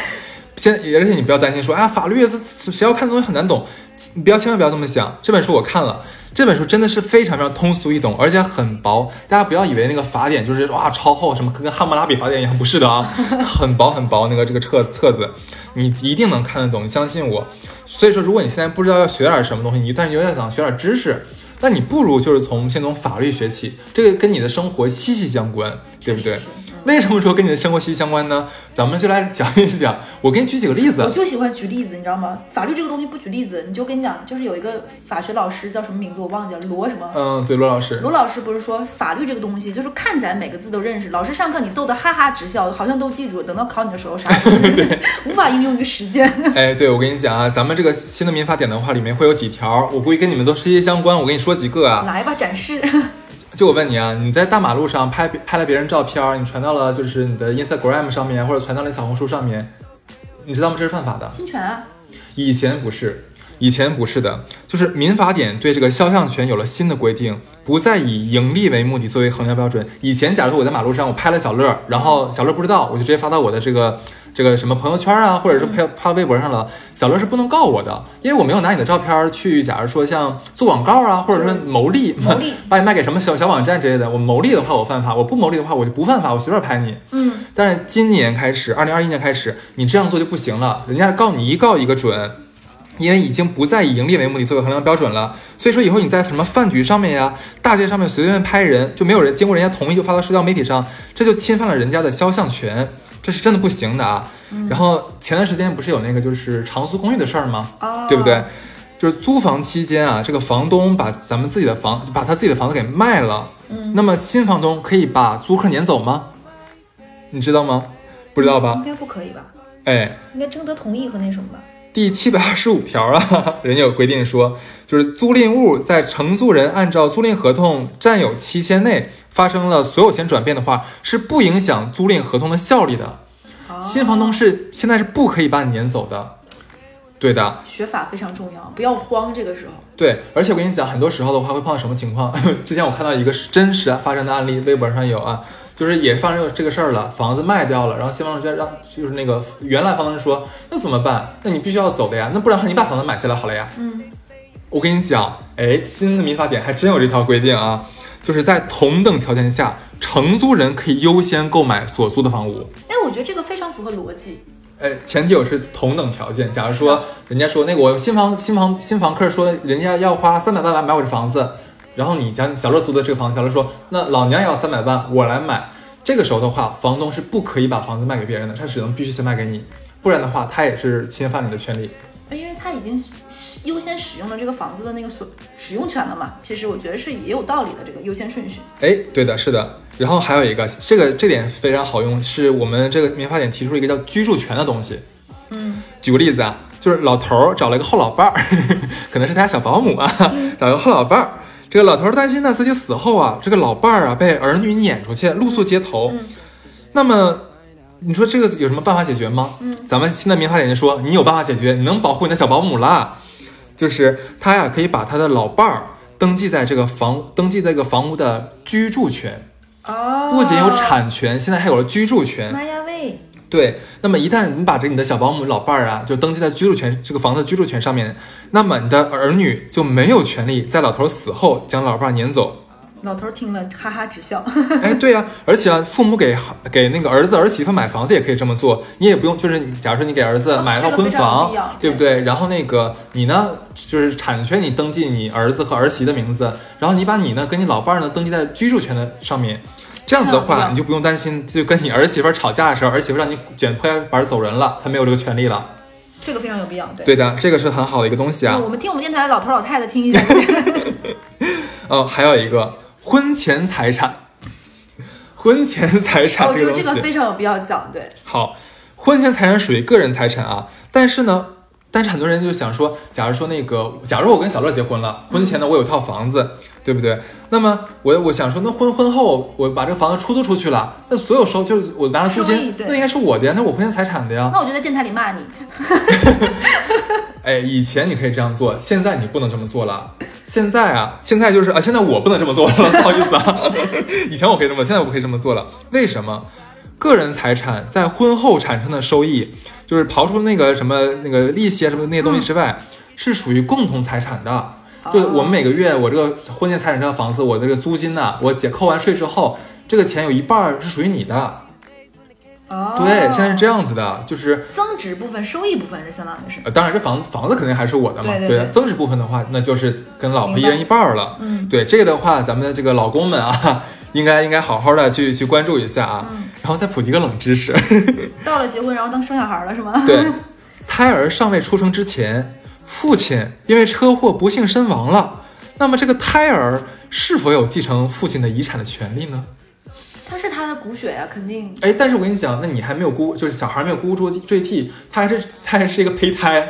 Speaker 3: 先，而且你不要担心说啊，法律是谁要看的东西很难懂，你不要千万不要这么想。这本书我看了，这本书真的是非常非常通俗易懂，而且很薄。大家不要以为那个法典就是哇超厚，什么跟汉谟拉比法典一样，不是的啊，很薄很薄那个这个册册子，你一定能看得懂，你相信我。所以说，如果你现在不知道要学点什么东西，你但是又想学点知识，那你不如就是从先从法律学起，这个跟你的生活息息相关，对不对？
Speaker 2: 是是是
Speaker 3: 为什么说跟你的生活息息相关呢？咱们就来讲一讲，我给你举几个例
Speaker 2: 我
Speaker 3: 子。
Speaker 2: 就喜欢举例子，你知道吗？法律这个东西不举例子，你就跟你讲，就是有一个法学老师叫什么名字我忘记了，罗什么。
Speaker 3: 嗯，对，罗老师，
Speaker 2: 罗老师不是说法律这个东西，就是看起来每个字都认识，老师上课你逗得哈哈直笑，好像都记住，等到考你的时候啥也不 是，无法应用于实践。
Speaker 3: 哎，对，我跟你讲啊，咱们这个新的民法典的话，里面会有几条，我估计跟你们都息息相关。我跟你说几个啊，
Speaker 2: 来吧，展示。
Speaker 3: 就我问你啊，你在大马路上拍别拍了别人照片儿，你传到了就是你的 Instagram 上面，或者传到了小红书上面，你知道吗？这是犯法的。
Speaker 2: 侵权啊，
Speaker 3: 以前不是，以前不是的，就是民法典对这个肖像权有了新的规定，不再以盈利为目的作为衡量标准。以前，假如说我在马路上我拍了小乐儿，然后小乐儿不知道，我就直接发到我的这个这个什么朋友圈啊，或者是拍发微博上了，小乐儿是不能告我的，因为我没有拿你的照片儿去，假如说像做广告啊，或者说牟利，
Speaker 2: 牟利
Speaker 3: 把你卖给什么小小网站之类的，我牟利的话我犯法，我不牟利的话我就不犯法，我随便拍你。
Speaker 2: 嗯，
Speaker 3: 但是今年开始，二零二一年开始，你这样做就不行了，人家告你一告一个准，因为已经不再以盈利为目的作为衡量标准了。所以说以后你在什么饭局上面呀、大街上面随便拍人，就没有人经过人家同意就发到社交媒体上，这就侵犯了人家的肖像权，这是真的不行的啊。
Speaker 2: 嗯
Speaker 3: 然后前段时间不是有那个就是长租公寓的事儿吗？
Speaker 2: 哦，
Speaker 3: 对不对？？就是租房期间啊，这个房东把咱们自己的房，把他自己的房子给卖了，
Speaker 2: 嗯
Speaker 3: 那么新房东可以把租客撵走吗？你知道吗？不知道吧
Speaker 2: 应？该不可以吧？
Speaker 3: 哎，
Speaker 2: 应该征得同意和那什么吧？
Speaker 3: 第七百二十五条啊， 人家有规定说，就是租赁物在承租人按照租赁合同占有期限内发生了所有权转变的话，是不影响租赁合同的效力的。
Speaker 2: 哦
Speaker 3: 新房东是现在是不可以把你撵走的，对的。
Speaker 2: 学法非常重要，不要慌，这个时候。
Speaker 3: 对，而且我跟你讲，很多时候的话会碰到什么情况？ 之前我看到一个是真实发生的案例，微博上有啊，就是也发生这个事儿了，房子卖掉了，然后新房主就让就是那个原来房东说，那怎么办？那你必须要走的呀，那不然你把房子买下来好了呀。
Speaker 2: 嗯，
Speaker 3: 我跟你讲，哎，新的民法典还真有这条规定啊，就是在同等条件下，承租人可以优先购买所租的房屋。
Speaker 2: 哎，我觉得这个非常符合逻辑。
Speaker 3: 呃，前提有是同等条件。假如说人家说那个我新房新房新房客说人家要花三百万来买我这房子，然后你讲小乐租的这个房，小乐说那老娘也要三百万，我来买。这个时候的话，房东是不可以把房子卖给别人的，他只能必须先卖给你，不然的话他也是侵犯你的权利。
Speaker 2: 因为他已经优先使用了这个房子的那个所使用权了嘛，其实我觉得是也有道理的这个优先顺序。
Speaker 3: 哎，对的，是的。然后还有一个，这个这点非常好用，是我们这个民法典提出了一个叫居住权的东西。
Speaker 2: 嗯，
Speaker 3: 举个例子啊，就是老头儿找了一个后老伴儿， 可能是他家小保姆啊，
Speaker 2: 嗯
Speaker 3: 找了个后老伴儿。这个老头儿担心呢自己死后啊，这个老伴儿啊被儿女撵出去，露宿街头。
Speaker 2: 嗯
Speaker 3: 那么你说这个有什么办法解决吗？
Speaker 2: 嗯
Speaker 3: 咱们现在民法典就说你有办法解决，你能保护你的小保姆啦。就是他呀，可以把他的老伴儿登记在这个房，登记在这个房屋的居住权，
Speaker 2: 哦，
Speaker 3: 不仅有产权，现在还有了居住权。
Speaker 2: 妈呀喂，
Speaker 3: 对，那么一旦你把这你的小保姆老伴儿啊，就登记在居住权这个房子的居住权上面，那么你的儿女就没有权利在老头死后将老伴儿撵走。
Speaker 2: 老头儿听了哈哈直 笑。
Speaker 3: 哎，对呀、而且啊，父母给给那个儿子儿媳妇买房子也可以这么做，你也不用就是，你假如说你给儿子
Speaker 2: 哦
Speaker 3: 买了
Speaker 2: 啊这
Speaker 3: 套
Speaker 2: 个
Speaker 3: 婚
Speaker 2: 非常有
Speaker 3: 房，
Speaker 2: 必要
Speaker 3: 对不对？然后那个你呢，就是产权你登记你儿子和儿媳的名字，然后你把你呢跟你老伴儿呢登记在居住权的上面，这样子的
Speaker 2: 这样
Speaker 3: 话
Speaker 2: 子
Speaker 3: 你就不用担心，就跟你儿媳妇儿吵架的时候，儿媳妇儿让你卷铺盖板儿走人了，她没有这个权利了。
Speaker 2: 这个非常有必要，对。
Speaker 3: 对的，这个是很好的一个东西啊
Speaker 2: 那。我们听我们电台的老头儿老太太听一下，
Speaker 3: 哦，还有一个婚前财产，婚前财产
Speaker 2: 哦我觉得
Speaker 3: 这个
Speaker 2: 这
Speaker 3: 东西，
Speaker 2: 个非常有必要讲， 对。
Speaker 3: 好，婚前财产属于个人财产啊，但是呢，但是很多人就想说，假如说那个，假如我跟小乐结婚了，婚前呢我有套房子，对不对？那么我我想说，那婚婚后我把这个房子出租出去了，那所有收就是我拿了租
Speaker 2: 收益
Speaker 3: 金，
Speaker 2: 对
Speaker 3: 那应该是我的呀，那我婚前财产的呀。
Speaker 2: 那我就在电台里骂你，
Speaker 3: 哎，以前你可以这样做，现在你不能这么做了。现在啊，现在就是啊，现在我不能这么做了， 不好意思啊。以前我可以这么，现在我不可以这么做了。为什么？个人财产在婚后产生的收益，就是刨出那个什么那个利息啊什么那些东西之外，是属于共同财产的。就我们每个月我这个婚前财产这个房子，我这个租金呐，我解扣完税之后，这个钱有一半儿是属于你的。
Speaker 2: 哦，
Speaker 3: 对，现在是这
Speaker 2: 样，
Speaker 3: 样子的，就是
Speaker 2: 增值部分、收益部分是相当于是，
Speaker 3: 呃，当然这房房子肯定还是我的嘛，
Speaker 2: 对对对
Speaker 3: 增值部分的话，那就是跟老婆一
Speaker 2: 明白
Speaker 3: 人一半儿了。
Speaker 2: 嗯，
Speaker 3: 对这个的话，咱们的这个老公们啊，应该应该好好的去去关注一下啊。
Speaker 2: 嗯
Speaker 3: 然后再普及个冷知识，
Speaker 2: 到了结婚，然后当生小孩了是吗？
Speaker 3: 对，胎儿尚未出生之前，父亲因为车祸不幸身亡了，那么这个胎儿是否有继承父亲的遗产的权利呢？
Speaker 2: 他是他的骨血呀、肯定。
Speaker 3: 哎，但是我跟你讲，那你还没有孤，就是小孩没有孤注坠替，他还是他还是一个胚胎，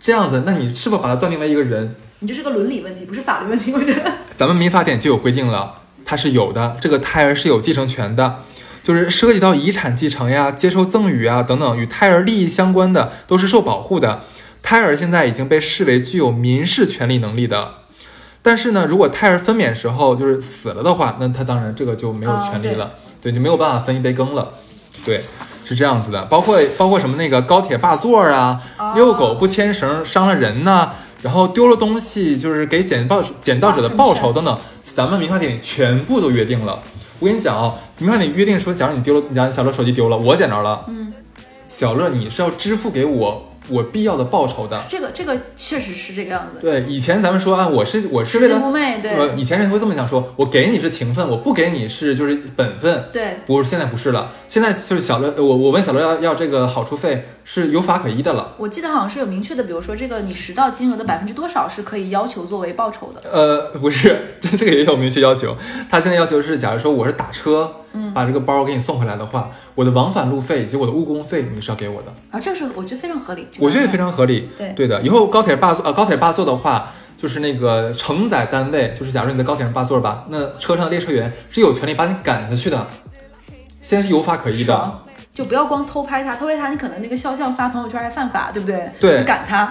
Speaker 3: 这样子，那你是否把他断定为一个人？
Speaker 2: 你这是个伦理问题，不是法律问题，我觉得。
Speaker 3: 咱们民法典就有规定了，它是有的，这个胎儿是有继承权的，就是涉及到遗产继承呀、接受赠与啊等等与胎儿利益相关的，都是受保护的。胎儿现在已经被视为具有民事权利能力的。但是呢，如果胎儿分娩时候就是死了的话，那他当然这个就没有权利了，对，就没有办法分一杯羹了，对，是这样子的。包括包括什么那个高铁霸座啊，
Speaker 2: 哦
Speaker 3: 遛狗不牵绳伤了人呐、然后丢了东西就是给捡报捡到者的报酬等等，咱们民法典里全部都约定了。我跟你讲啊，民法典约定说，假如你丢了，你家小乐手机丢了，我捡着了，
Speaker 2: 嗯，
Speaker 3: 小乐你是要支付给我我必要的报酬的。
Speaker 2: 这个这个确实是这个样子。
Speaker 3: 对，以前咱们说啊，我是我是
Speaker 2: 拾
Speaker 3: 为
Speaker 2: 金
Speaker 3: 了
Speaker 2: 不昧，
Speaker 3: 呃，
Speaker 2: 对
Speaker 3: 以前人会这么想说，我给你是情分，我不给你是就是本分。
Speaker 2: 对，
Speaker 3: 不是，现在不是了，现在就是小乐，呃我我问小乐要要这个好处费是有法可依的了。
Speaker 2: 我记得好像是有明确的，比如说这个你拾到金额的百分之多少是可以要求作为报酬的。
Speaker 3: 呃，不是， 这这个也有明确要求。他现在要求是，假如说我是打车，
Speaker 2: 嗯
Speaker 3: 把这个包给你送回来的话，我的往返路费以及我的误工费你是要给我的，
Speaker 2: 啊，这个是我觉得非常合理。这个
Speaker 3: 我觉得也非常合理。
Speaker 2: 对
Speaker 3: 的，以后高铁霸座呃高铁霸座的话，就是那个承载单位，就是假如你在高铁上霸座吧，那车上的列车员是有权利把你赶下去的，现在是有法可依的。
Speaker 2: 爽，就不要光偷拍他，偷拍他你可能那个肖像发朋友圈还犯法，对不对？
Speaker 3: 对
Speaker 2: 你赶 他，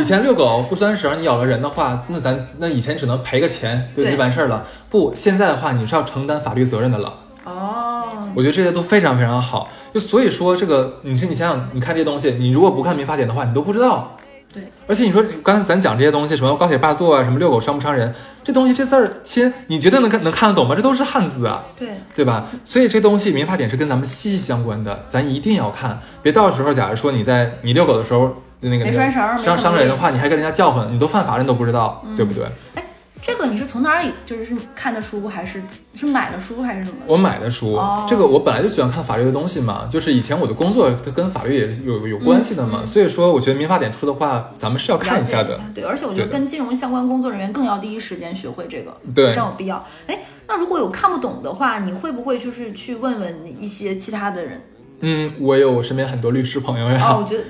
Speaker 3: 以前遛狗不拴绳，你咬了人的话，那咱那以前只能赔个钱，对，
Speaker 2: 对
Speaker 3: 就完事儿了。不，现在的话你是要承担法律责任的了。
Speaker 2: 哦，
Speaker 3: 我觉得这些都非常非常好。就所以说，这个你是你想想，你看这些东西，你如果不看民法典的话，你都不知道。
Speaker 2: 对，
Speaker 3: 而且你说刚才咱讲这些东西，什么高铁霸座啊，什么遛狗伤不伤人，这东西这字儿亲，你觉得能看能看得懂吗？这都是汉字啊，
Speaker 2: 对，
Speaker 3: 对吧？所以这东西民法典是跟咱们息息相关的，咱一定要看，别到时候假如说你在你遛狗的时候那个
Speaker 2: 没拴绳儿没
Speaker 3: 伤伤了人的
Speaker 2: 怎
Speaker 3: 话，你还跟人家叫唤，你都犯法，人都不知道，对不对？
Speaker 2: 哎，这个你是从哪里就是是看的书还是是买的书还是什么？
Speaker 3: 我买的书，
Speaker 2: 哦
Speaker 3: 这个我本来就喜欢看法律的东西嘛，就是以前我的工作它跟法律也是有有关系的嘛，所以说我觉得民法典出的话，咱们是要看一
Speaker 2: 嗯
Speaker 3: 下
Speaker 2: 了
Speaker 3: 的
Speaker 2: 解。对，而且我觉得
Speaker 3: 对的
Speaker 2: 跟金融相关工作人员更要第一时间学会这个，
Speaker 3: 对
Speaker 2: 非常有必要。哎，那如果有看不懂的话，你会不会就是去问问一些其他的人？
Speaker 3: 嗯，我有身边很多律师朋友呀，
Speaker 2: 哦，我觉得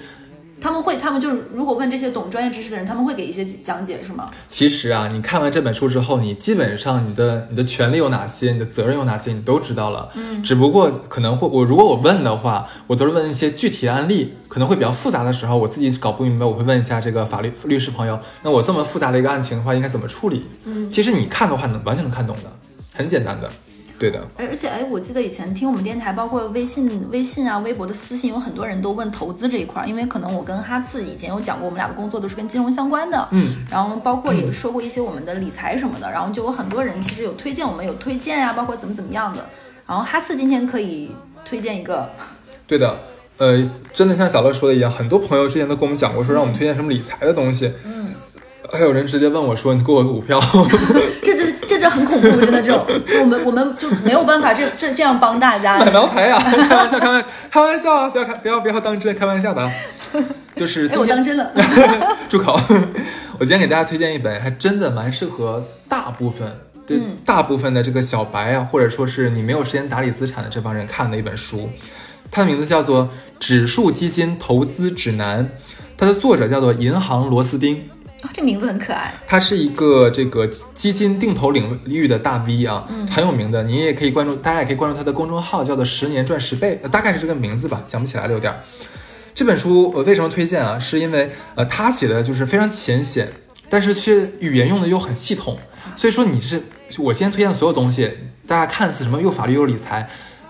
Speaker 2: 他们会，他们就是如果问这些懂专业知识的人，他们会给一些讲解，是吗？
Speaker 3: 其实啊，你看完这本书之后，你基本上你的你的权利有哪些，你的责任有哪些，你都知道了。嗯，只不过可能会我如果我问的话，我都是问一些具体案例，可能会比较复杂的时候，我自己搞不明白，我会问一下这个法律律师朋友，那我这么复杂的一个案情的话，应该怎么处理？嗯，其实你看的话，能完全能看懂的，很简单的，对的。
Speaker 2: 哎，而且哎，我记得以前听我们电台，包括微信、微信啊、微博的私信，有很多人都问投资这一块儿，因为可能我跟哈次以前有讲过，我们俩的工作都是跟金融相关的，
Speaker 3: 嗯，
Speaker 2: 然后包括也说过一些我们的理财什么的，然后就有很多人其实有推荐我们有推荐呀、包括怎么怎么样的。然后哈次今天可以推荐一个，
Speaker 3: 对的，呃，真的像小乐说的一样，很多朋友之前都跟我们讲过，说让我们推荐什么理财的东西。嗯，还有人直接问我说：“你给我个股票。”
Speaker 2: 这这这这很恐怖，真的这种，我们我们就没有办法这这这样帮大家，
Speaker 3: 买茅台啊！开玩笑，开玩开玩笑啊！不要开，不要不要当真，开玩笑的啊。就是
Speaker 2: 哎，
Speaker 3: 今
Speaker 2: 我当
Speaker 3: 天
Speaker 2: 真了。
Speaker 3: 住口！我今天给大家推荐一本，还真的蛮适合大部分对、
Speaker 2: 嗯
Speaker 3: 大部分的这个小白啊，或者说是你没有时间打理资产的这帮人看的一本书。它的名字叫做《指数基金投资指南》，它的作者叫做银行螺丝钉。
Speaker 2: 啊这名字很可爱，
Speaker 3: 他是一个这个基金定投领域的大 V 啊，
Speaker 2: 嗯
Speaker 3: 很有名的。你也可以关注，大家也可以关注他的公众号，叫做“十年赚十倍”，呃大概是这个名字吧，想不起来了有点儿。这本书呃为什么推荐啊？是因为呃他写的就是非常浅显，但是却语言用的又很系统。所以说你是我今天推荐的所有东西，大家看似什么又法律又理财，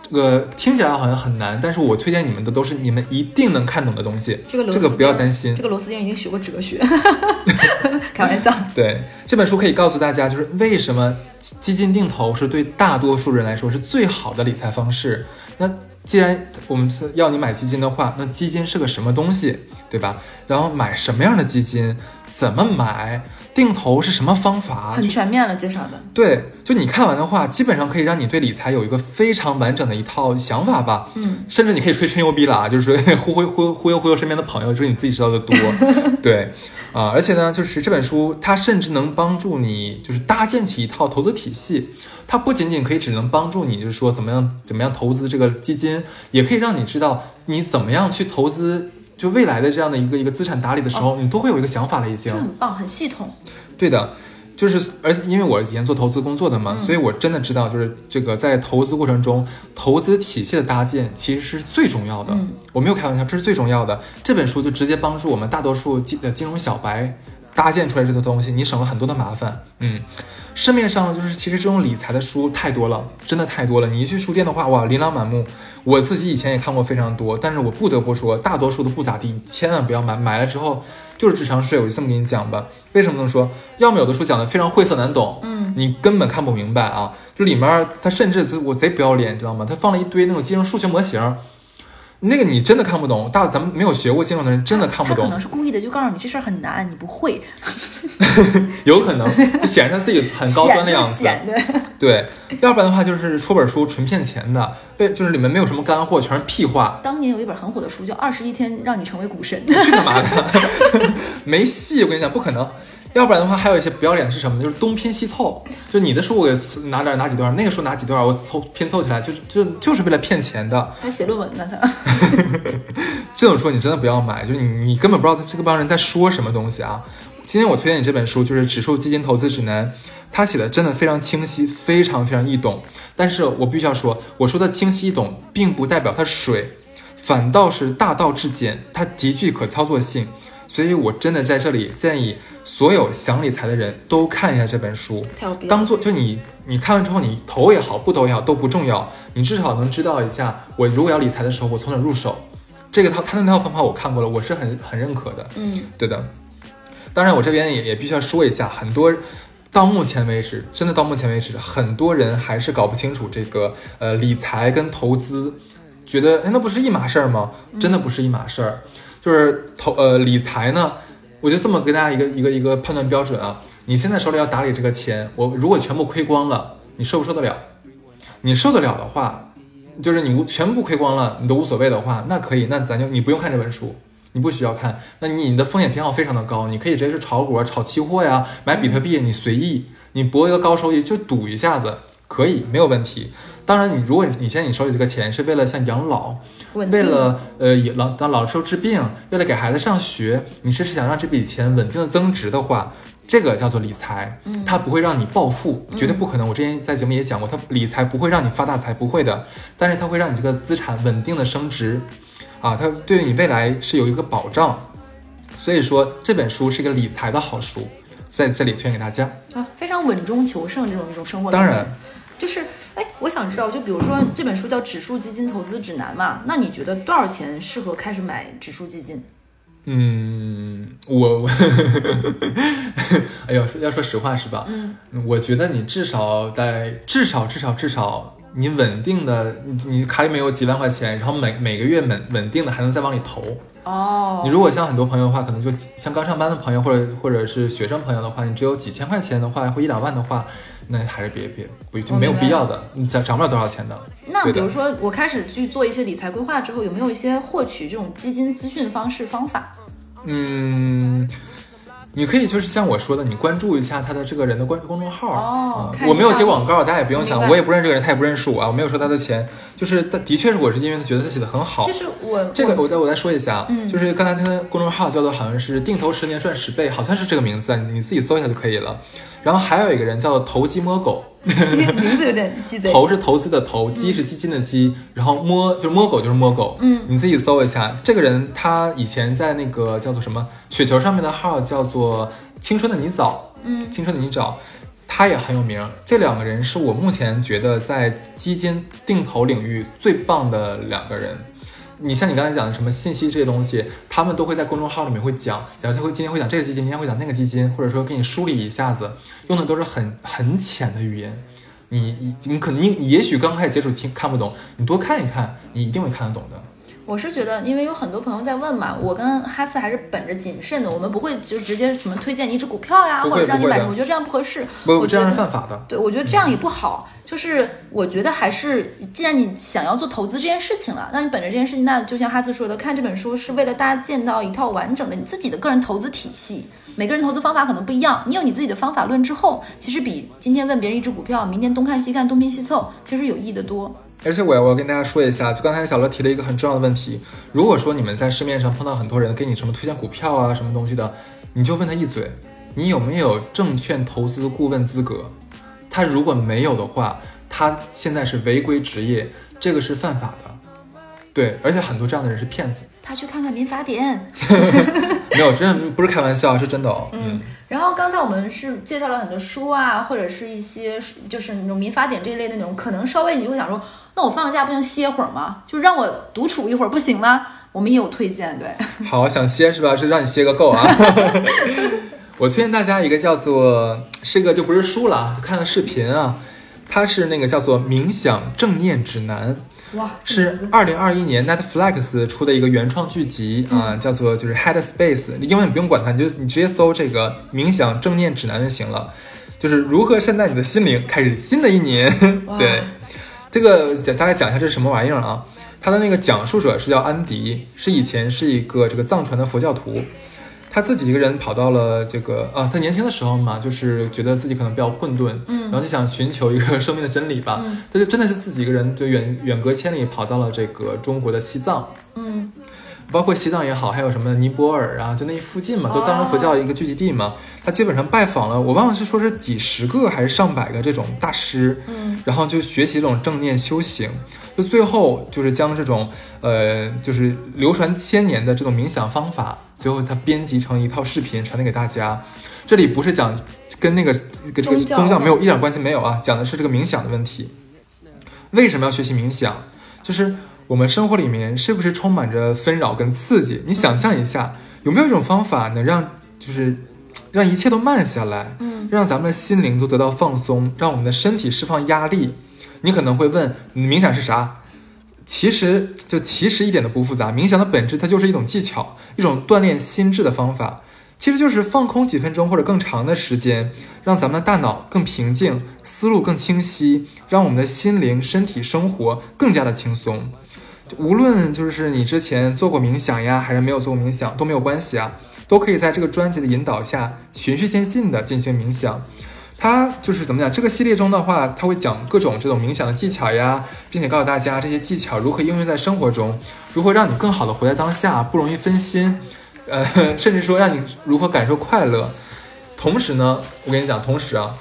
Speaker 3: 这个听起来好像很难，但是我推荐你们的都是你们一定能看懂的东西，
Speaker 2: 这个螺丝钉
Speaker 3: 不要担心
Speaker 2: 这。个螺丝钉已经学过哲学， 开玩笑。
Speaker 3: 对，这本书可以告诉大家，就是为什么基基金定投是对大多数人来说是最好的理财方式。那既然我们是要你买基金的话，那基金是个什么东西，对吧？然后买什么样的基金，怎么买，定投是什么方法，
Speaker 2: 很全面了介绍的。
Speaker 3: 对，就你看完的话，基本上可以让你对理财有一个非常完整的一套想法吧。
Speaker 2: 嗯，
Speaker 3: 甚至你可以吹吹牛逼了啊，就是 说忽悠忽悠忽悠忽悠身边的朋友，就是你自己知道的多。对，啊、而且呢，就是这本书它甚至能帮助你，就是搭建起一套投资体系。它不仅仅可以只能帮助你，就是说怎么样怎么样投资这个基金，也可以让你知道你怎么样去投资。就未来的这样的一个一个资产打理的时候，你都会有一个想法了，已经。
Speaker 2: 这很棒，很系统。
Speaker 3: 对的，就是而且因为我以前做投资工作的嘛，所以我真的知道，就是这个在投资过程中，投资体系的搭建其实是最重要的。
Speaker 2: 嗯
Speaker 3: 我没有开玩笑，这是最重要的。这本书就直接帮助我们大多数金呃金融小白搭建出来这个东西，你省了很多的麻烦。嗯。市面上就是其实这种理财的书太多了，真的太多了。你一去书店的话，哇，琳琅满目。我自己以前也看过非常多，但是我不得不说，大多数都不咋地，千万不要买。买了之后就是智商税，我就这么跟你讲吧。为什么这么说？要么有的书讲的非常晦涩难懂，嗯，你根本看不明白啊。就里面儿它甚至我贼不要脸，知道吗？它放了一堆那种金融数学模型，那个你真的看不懂。大咱们没有学过金融的人真的看不
Speaker 2: 他可
Speaker 3: 懂
Speaker 2: 能，是故意的，就告诉你这事儿很难，你不会，
Speaker 3: 有可能显示他自己很高端
Speaker 2: 显
Speaker 3: 的
Speaker 2: 就
Speaker 3: 样
Speaker 2: 是
Speaker 3: 子。
Speaker 2: 显对，
Speaker 3: 对，要不然的话就是出本书纯骗钱的，被就是里面没有什么干货，全是屁话，
Speaker 2: 当年有一本很火的书叫《二十一天让你成为股神》，
Speaker 3: 去他妈的， 没戏！我跟你讲，不可能。要不然的话，还有一些不要脸的是什么？就是东拼西凑，就你的书我给拿点儿拿几段儿，那个书拿几段儿，我凑拼凑起来，就是就就是为了骗钱的。
Speaker 2: 还写论文呢，他
Speaker 3: 这种书你真的不要买，就是你你根本不知道这帮人在说什么东西啊。今天我推荐你这本书，就是《指数基金投资指南》，它写的真的非常清晰，非常非常易懂。但是我必须要说，我说的清晰易懂，并不代表它水，反倒是大道至简，它极具可操作性。所以我真的在这里建议所有想理财的人都看一下这本书。
Speaker 2: 太有病了。
Speaker 3: 当做就你你看完之后，你投也好，不投也好都不重要，你至少能知道一下，我如果要理财的时候，我从哪儿入手。这个套他那套方法我看过了，我是很很认可的，
Speaker 2: 嗯，
Speaker 3: 对的。当然，我这边也也必须要说一下，很多到目前为止，真的到目前为止，很多人还是搞不清楚这个呃理财跟投资，觉得哎那不是一码事儿吗？真的不是一码事儿，就是投呃理财呢，我就这么给大家一个一个一个判断标准啊，你现在手里要打理这个钱，我如果全部亏光了，你受不受得了？你受得了的话，就是你无全部亏光了，你都无所谓的话，那可以，那咱就你不用看这本书，你不需要看，那你你的风险偏好非常的高，你可以直接去炒股啊、炒期货呀、买比特币，你随意，你博一个高收益就赌一下子，可以没有问题。当然你，如果你现在你手里这个钱是为了像养老，
Speaker 2: 稳定
Speaker 3: 为了呃也老当老时候治病，为了给孩子上学，你是想让这笔钱稳定的增值的话，这个叫做理财，
Speaker 2: 嗯
Speaker 3: 它不会让你暴富，绝对不可能。我之前在节目也讲过，它理财不会让你发大财，不会的，但是它会让你这个资产稳定的升值，啊，它对你未来是有一个保障。所以说这本书是一个理财的好书，在这里推荐给大家。
Speaker 2: 啊，非常稳中求胜这种一种生活。
Speaker 3: 当然，
Speaker 2: 就是哎，我想知道，就比如说这本书叫《指数基金投资指南》嘛，那你觉得多少钱适合开始买指数基金？
Speaker 3: 嗯，我 我，哎呦，说要说实话是吧？
Speaker 2: 嗯，
Speaker 3: 我觉得你至少在至少至少至少，你稳定的，你你卡里面有几万块钱，然后每每个月稳稳定的还能再往里投。
Speaker 2: 哦，
Speaker 3: 你如果像很多朋友的话，可能就几像刚上班的朋友，或者或者是学生朋友的话，你只有几千块钱的话，或一两万的话，那还是别别不就
Speaker 2: 我
Speaker 3: 没有
Speaker 2: 哦明白
Speaker 3: 必要的，你涨涨不了多少钱的。
Speaker 2: 那
Speaker 3: 对的
Speaker 2: 比如说我开始去做一些理财规划之后，有没有一些获取这种基金资讯方式方法？
Speaker 3: 嗯，你可以就是像我说的，你关注一下他的这个人的关公众号。
Speaker 2: 哦
Speaker 3: 啊
Speaker 2: 看一下
Speaker 3: 我没有接广告，大家也不用
Speaker 2: 明
Speaker 3: 想，
Speaker 2: 白
Speaker 3: 我也不认识这个人，他也不认识我啊，我没有收他的钱，就是他的确是我是因为他觉得他写的很好
Speaker 2: 其。实我
Speaker 3: 这个
Speaker 2: 我
Speaker 3: 我再我再说一下啊，
Speaker 2: 嗯
Speaker 3: 就是刚才他的公众号叫做好像是“定投十年赚十倍”，好像是这个名字，啊，你自己搜一下就可以了。然后还有一个人叫做“投鸡摸狗”，
Speaker 2: 名字有点鸡贼。
Speaker 3: 投是投资的投，鸡是基金的鸡，然后摸就是摸狗就是摸狗，
Speaker 2: 嗯
Speaker 3: 你自己搜一下，这个人他以前在那个叫做什么雪球上面的号叫做青春的泥沼，
Speaker 2: 嗯，
Speaker 3: 青春的泥沼，他也很有名。这两个人是我目前觉得在基金定投领域最棒的两个人。你像你刚才讲的什么信息这些东西，他们都会在公众号里面会讲，然后他会今天会讲这个基金，明天会讲那个基金，或者说给你梳理一下子，用的都是很很浅的语言，你你肯定你也许刚开始接触听看不懂，你多看一看，你一定会看得懂的。
Speaker 2: 我是觉得，因为有很多朋友在问嘛，我跟哈斯还是本着谨慎的，我们不会就直接什么推荐你一只股票呀，
Speaker 3: 不会
Speaker 2: 或者让你
Speaker 3: 不会
Speaker 2: 买
Speaker 3: 的
Speaker 2: 什么，我觉得这样不合适。
Speaker 3: 不，
Speaker 2: 我
Speaker 3: 这
Speaker 2: 觉
Speaker 3: 样
Speaker 2: 得
Speaker 3: 是犯法的。
Speaker 2: 对，我觉得这样也不好。就是我觉得还是，既然你想要做投资这件事情了，那你本着这件事情，那就像哈斯说的，看这本书是为了搭建到一套完整的你自己的个人投资体系。每个人投资方法可能不一样，你有你自己的方法论之后，其实比今天问别人一只股票，明天东看西看、东拼西凑，其实有益的多。
Speaker 3: 而且我要我要跟大家说一下，就刚才小乐提了一个很重要的问题，如果说你们在市面上碰到很多人给你什么推荐股票啊什么东西的，你就问他一嘴，你有没有证券投资顾问资格？他如果没有的话，他现在是违规职业，这个是犯法的。对，而且很多这样的人是骗子，
Speaker 2: 他去看看民法典。
Speaker 3: 没有，真的不是开玩笑，是真的哦。嗯，
Speaker 2: 然后刚才我们是介绍了很多书啊，或者是一些就是那种民法典这一类的那种，可能稍微你会想说，那我放个假不能歇会儿吗？就让我独处一会儿不行吗？我们也有推荐，对，
Speaker 3: 好，想歇是吧？是让你歇个够啊。我推荐大家一个叫做这个就不是书了，看的视频啊，它是那个叫做《冥想正念指南》。
Speaker 2: 哇，
Speaker 3: 是二零二一年 Netflix 出的一个原创剧集啊、叫做就是 Headspace，英文你不用管它，你就你直接搜这个冥想正念指南就行了，就是如何善待你的心灵，开始新的一年。
Speaker 2: 哇
Speaker 3: 对，这个讲大概讲一下这是什么玩意儿啊？它的那个讲述者是叫安迪，是以前是一个这个藏传的佛教徒，他自己一个人跑到了这个啊，他年轻的时候嘛，就是觉得自己可能比较混沌，嗯，然后就想寻求一个 生命的真理吧，嗯、但是真的是自己一个人就远远隔千里跑到了这个中国的西藏，
Speaker 2: 嗯，
Speaker 3: 包括西藏也好，还有什么尼泊尔啊，就那一附近嘛，都藏传佛教一个聚集地嘛。他基本上拜访了，我忘了是说是几十个还是上百个这种大师，
Speaker 2: 嗯，
Speaker 3: 然后就学习这种正念修行，就最后就是将这种呃，就是流传千年的这种冥想方法，最后他编辑成一套视频传递给大家。这里不是讲跟那个跟这个
Speaker 2: 宗教
Speaker 3: 宗教没有
Speaker 2: 吗
Speaker 3: 一点关系没有啊，讲的是这个冥想的问题。为什么要学习冥想？就是我们生活里面是不是充满着纷扰跟刺激？你想象一下，有没有一种方法能让就是让一切都慢下来，
Speaker 2: 嗯，
Speaker 3: 让咱们的心灵都得到放松，让我们的身体释放压力？你可能会问，你冥想是啥？其实就其实一点都不复杂，冥想的本质它就是一种技巧，一种锻炼心智的方法。其实就是放空几分钟或者更长的时间，让咱们的大脑更平静，思路更清晰，让我们的心灵、身体、生活更加的轻松。就无论就是你之前做过冥想呀，还是没有做过冥想都没有关系啊，都可以在这个专辑的引导下，循序渐进的进行冥想。它就是怎么讲？这个系列中的话，它会讲各种这种冥想的技巧呀，并且告诉大家这些技巧如何应用在生活中，如何让你更好的活在当下，不容易分心，呃，甚至说让你如何感受快乐。同时呢，我跟你讲，同时啊，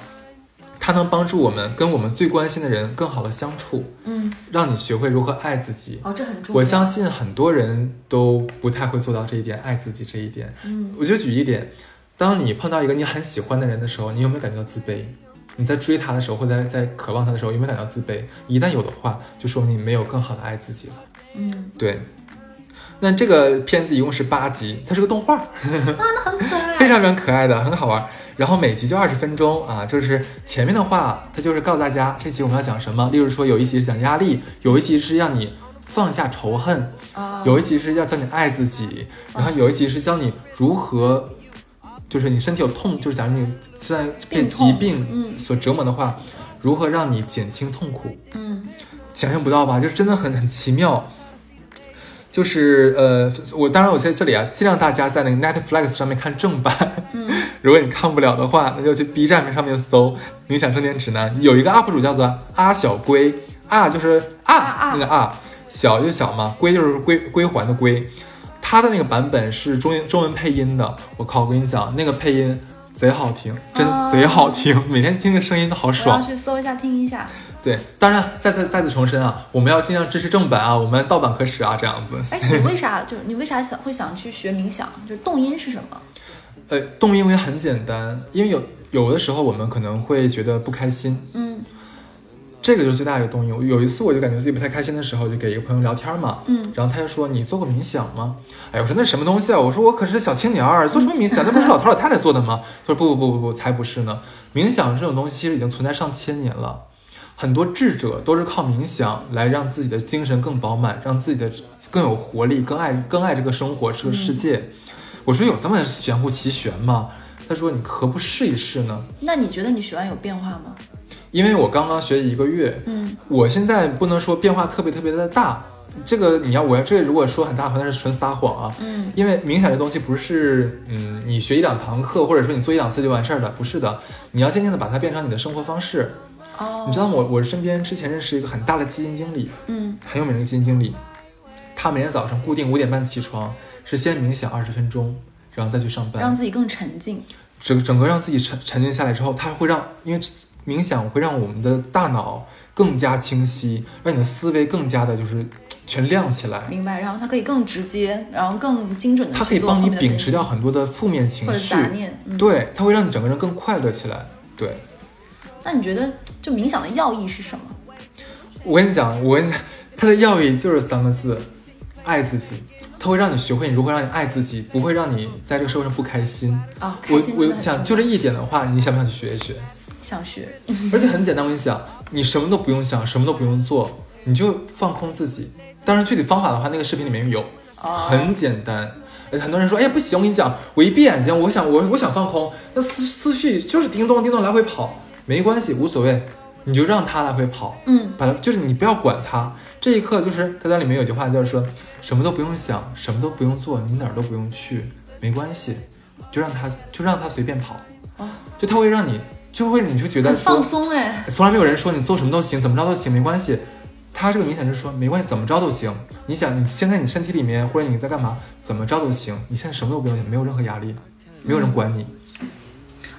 Speaker 3: 它能帮助我们跟我们最关心的人更好的相处，
Speaker 2: 嗯，
Speaker 3: 让你学会如何爱自己。
Speaker 2: 哦，这很重要。
Speaker 3: 我相信很多人都不太会做到这一点，爱自己这一点。
Speaker 2: 嗯，
Speaker 3: 我就举一点，当你碰到一个你很喜欢的人的时候，你有没有感觉到自卑？你在追他的时候，或者在在渴望他的时候，有没有感觉到自卑？一旦有的话，就说明你没有更好的爱自己了。
Speaker 2: 嗯，
Speaker 3: 对。那这个片子一共是八集，它是个动画，
Speaker 2: 很可爱，
Speaker 3: 非常非常可爱的，很好玩。然后每集就二十分钟啊，就是前面的话，它就是告诉大家这集我们要讲什么。例如说，有一集是讲压力，有一集是让你放下仇恨，
Speaker 2: 啊，
Speaker 3: 有一集是要教你爱自己，然后有一集是教你如何，就是你身体有痛，就是假如你现在被
Speaker 2: 病
Speaker 3: 疾
Speaker 2: 痛
Speaker 3: 病
Speaker 2: 嗯
Speaker 3: 所折磨的话，如何让你减轻痛苦。
Speaker 2: 嗯
Speaker 3: 想象不到吧？就是真的很很奇妙。就是呃，我当然我在这里啊，尽量大家在那个 Netflix 上面看正版。
Speaker 2: 嗯，
Speaker 3: 如果你看不了的话，那就去 B 站上面搜《冥想正念指南》，有一个 UP 主叫做阿小龟，啊就是啊
Speaker 2: 啊
Speaker 3: 那个啊，小就小嘛，龟就是归归还的龟。他的那个版本是中文中文配音的，我靠，我跟你讲，那个配音贼好听，真
Speaker 2: 哦
Speaker 3: 贼好听，每天听着声音都好
Speaker 2: 我
Speaker 3: 爽
Speaker 2: 要。去搜一下听一下。
Speaker 3: 对，当然再再再次重申啊，我们要尽量支持正版啊，我们盗版可耻啊，这样子。
Speaker 2: 哎，你为啥就你为啥想会想去学冥想？就是动因是什么？
Speaker 3: 呃，动因为很简单，因为有有的时候我们可能会觉得不开心，
Speaker 2: 嗯
Speaker 3: 这个就是最大的一个动因。我有一次我就感觉自己不太开心的时候，就给一个朋友聊天嘛，
Speaker 2: 嗯，
Speaker 3: 然后他就说你做过冥想吗？哎，我说那什么东西啊？我说我可是小青年儿，做什么冥想？那不是老头老太太做的吗？他说不不不不不，才不是呢，冥想这种东西其实已经存在上千年了。很多智者都是靠冥想来让自己的精神更饱满，让自己的更有活力，更爱更爱这个生活，这个世界。我说有这么玄乎其玄吗？他说你何不试一试呢？
Speaker 2: 那你觉得你学完有变化吗？
Speaker 3: 因为我刚刚学一个月，
Speaker 2: 嗯，
Speaker 3: 我现在不能说变化特别特别的大。这个你要我要这个如果说很大，那是纯撒谎啊。
Speaker 2: 嗯，
Speaker 3: 因为冥想这东西不是，嗯，你学一两堂课，或者说你做一两次就完事儿的，不是的。你要渐渐的把它变成你的生活方式。
Speaker 2: 哦，
Speaker 3: 你知道我我身边之前认识一个很大的基金经理，
Speaker 2: 嗯
Speaker 3: 很有名的基金经理，他每天早上固定五点半起床，是先冥想二十分钟，然后再去上班，
Speaker 2: 让自己更沉静。
Speaker 3: 整整个让自己沉沉静下来之后，它会让因为冥想会让我们的大脑更加清晰，让你的思维更加的就是全亮起来。
Speaker 2: 明白，然后它可以更直接，然后更精准的，
Speaker 3: 它可以帮你秉持掉很多的负面
Speaker 2: 或
Speaker 3: 情
Speaker 2: 者
Speaker 3: 绪
Speaker 2: 杂，念。嗯，
Speaker 3: 对，它会让你整个人更快乐起来。对
Speaker 2: 那你觉得就冥想的要义是什么？
Speaker 3: 我跟你讲，我跟你讲，它的要义就是三个字：爱自己。它会让你学会你如何让你爱自己，不会让你在这个社会上不开心。
Speaker 2: 啊、开
Speaker 3: 我
Speaker 2: 心真的
Speaker 3: 我
Speaker 2: 很
Speaker 3: 想就
Speaker 2: 重
Speaker 3: 这
Speaker 2: 要
Speaker 3: 一点的话，你想不想去学一学？
Speaker 2: 想学，
Speaker 3: 而且很简单，我跟你讲，你什么都不用想，什么都不用做，你就放空自己。当然，具体方法的话，那个视频里面有，
Speaker 2: 哦
Speaker 3: 很简单。而且很多人说，哎呀，不行，我跟你讲，我一闭眼睛，我想我我想放空，那思思绪就是叮咚叮咚来回跑，没关系，无所谓，你就让它来回跑，
Speaker 2: 嗯，
Speaker 3: 把它就是你不要管它。这一刻就是它在里面有句话，就是说什么都不用想，什么都不用做，你哪儿都不用去，没关系，就让它就让它随便跑，
Speaker 2: 哦
Speaker 3: 就它会让你就会你就觉得
Speaker 2: 很
Speaker 3: 说
Speaker 2: 放松哎，
Speaker 3: 从来没有人说你做什么都行，怎么着都行，没关系。他这个明显就是说，没关系，怎么着都行。你想，你现在你身体里面或者你在干嘛，怎么着都行。你现在什么都不用想，没有任何压力，没有人管你。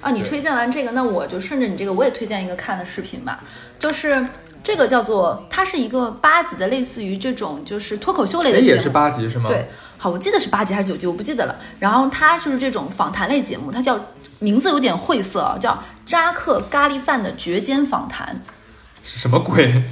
Speaker 2: 啊，你
Speaker 3: 对
Speaker 2: 推荐完这个，那我就顺着你这个，我也推荐一个看的视频吧，就是这个叫做，它是一个八集的，类似于这种就是脱口秀类
Speaker 3: 哎，
Speaker 2: 的节目，
Speaker 3: 也是八级是吗？
Speaker 2: 嗯对，，好，我记得是八集还是九集，我不记得了。然后它就是这种访谈类节目，它叫名字有点晦涩啊，叫扎克咖喱饭的绝间访谈。
Speaker 3: 是什么鬼？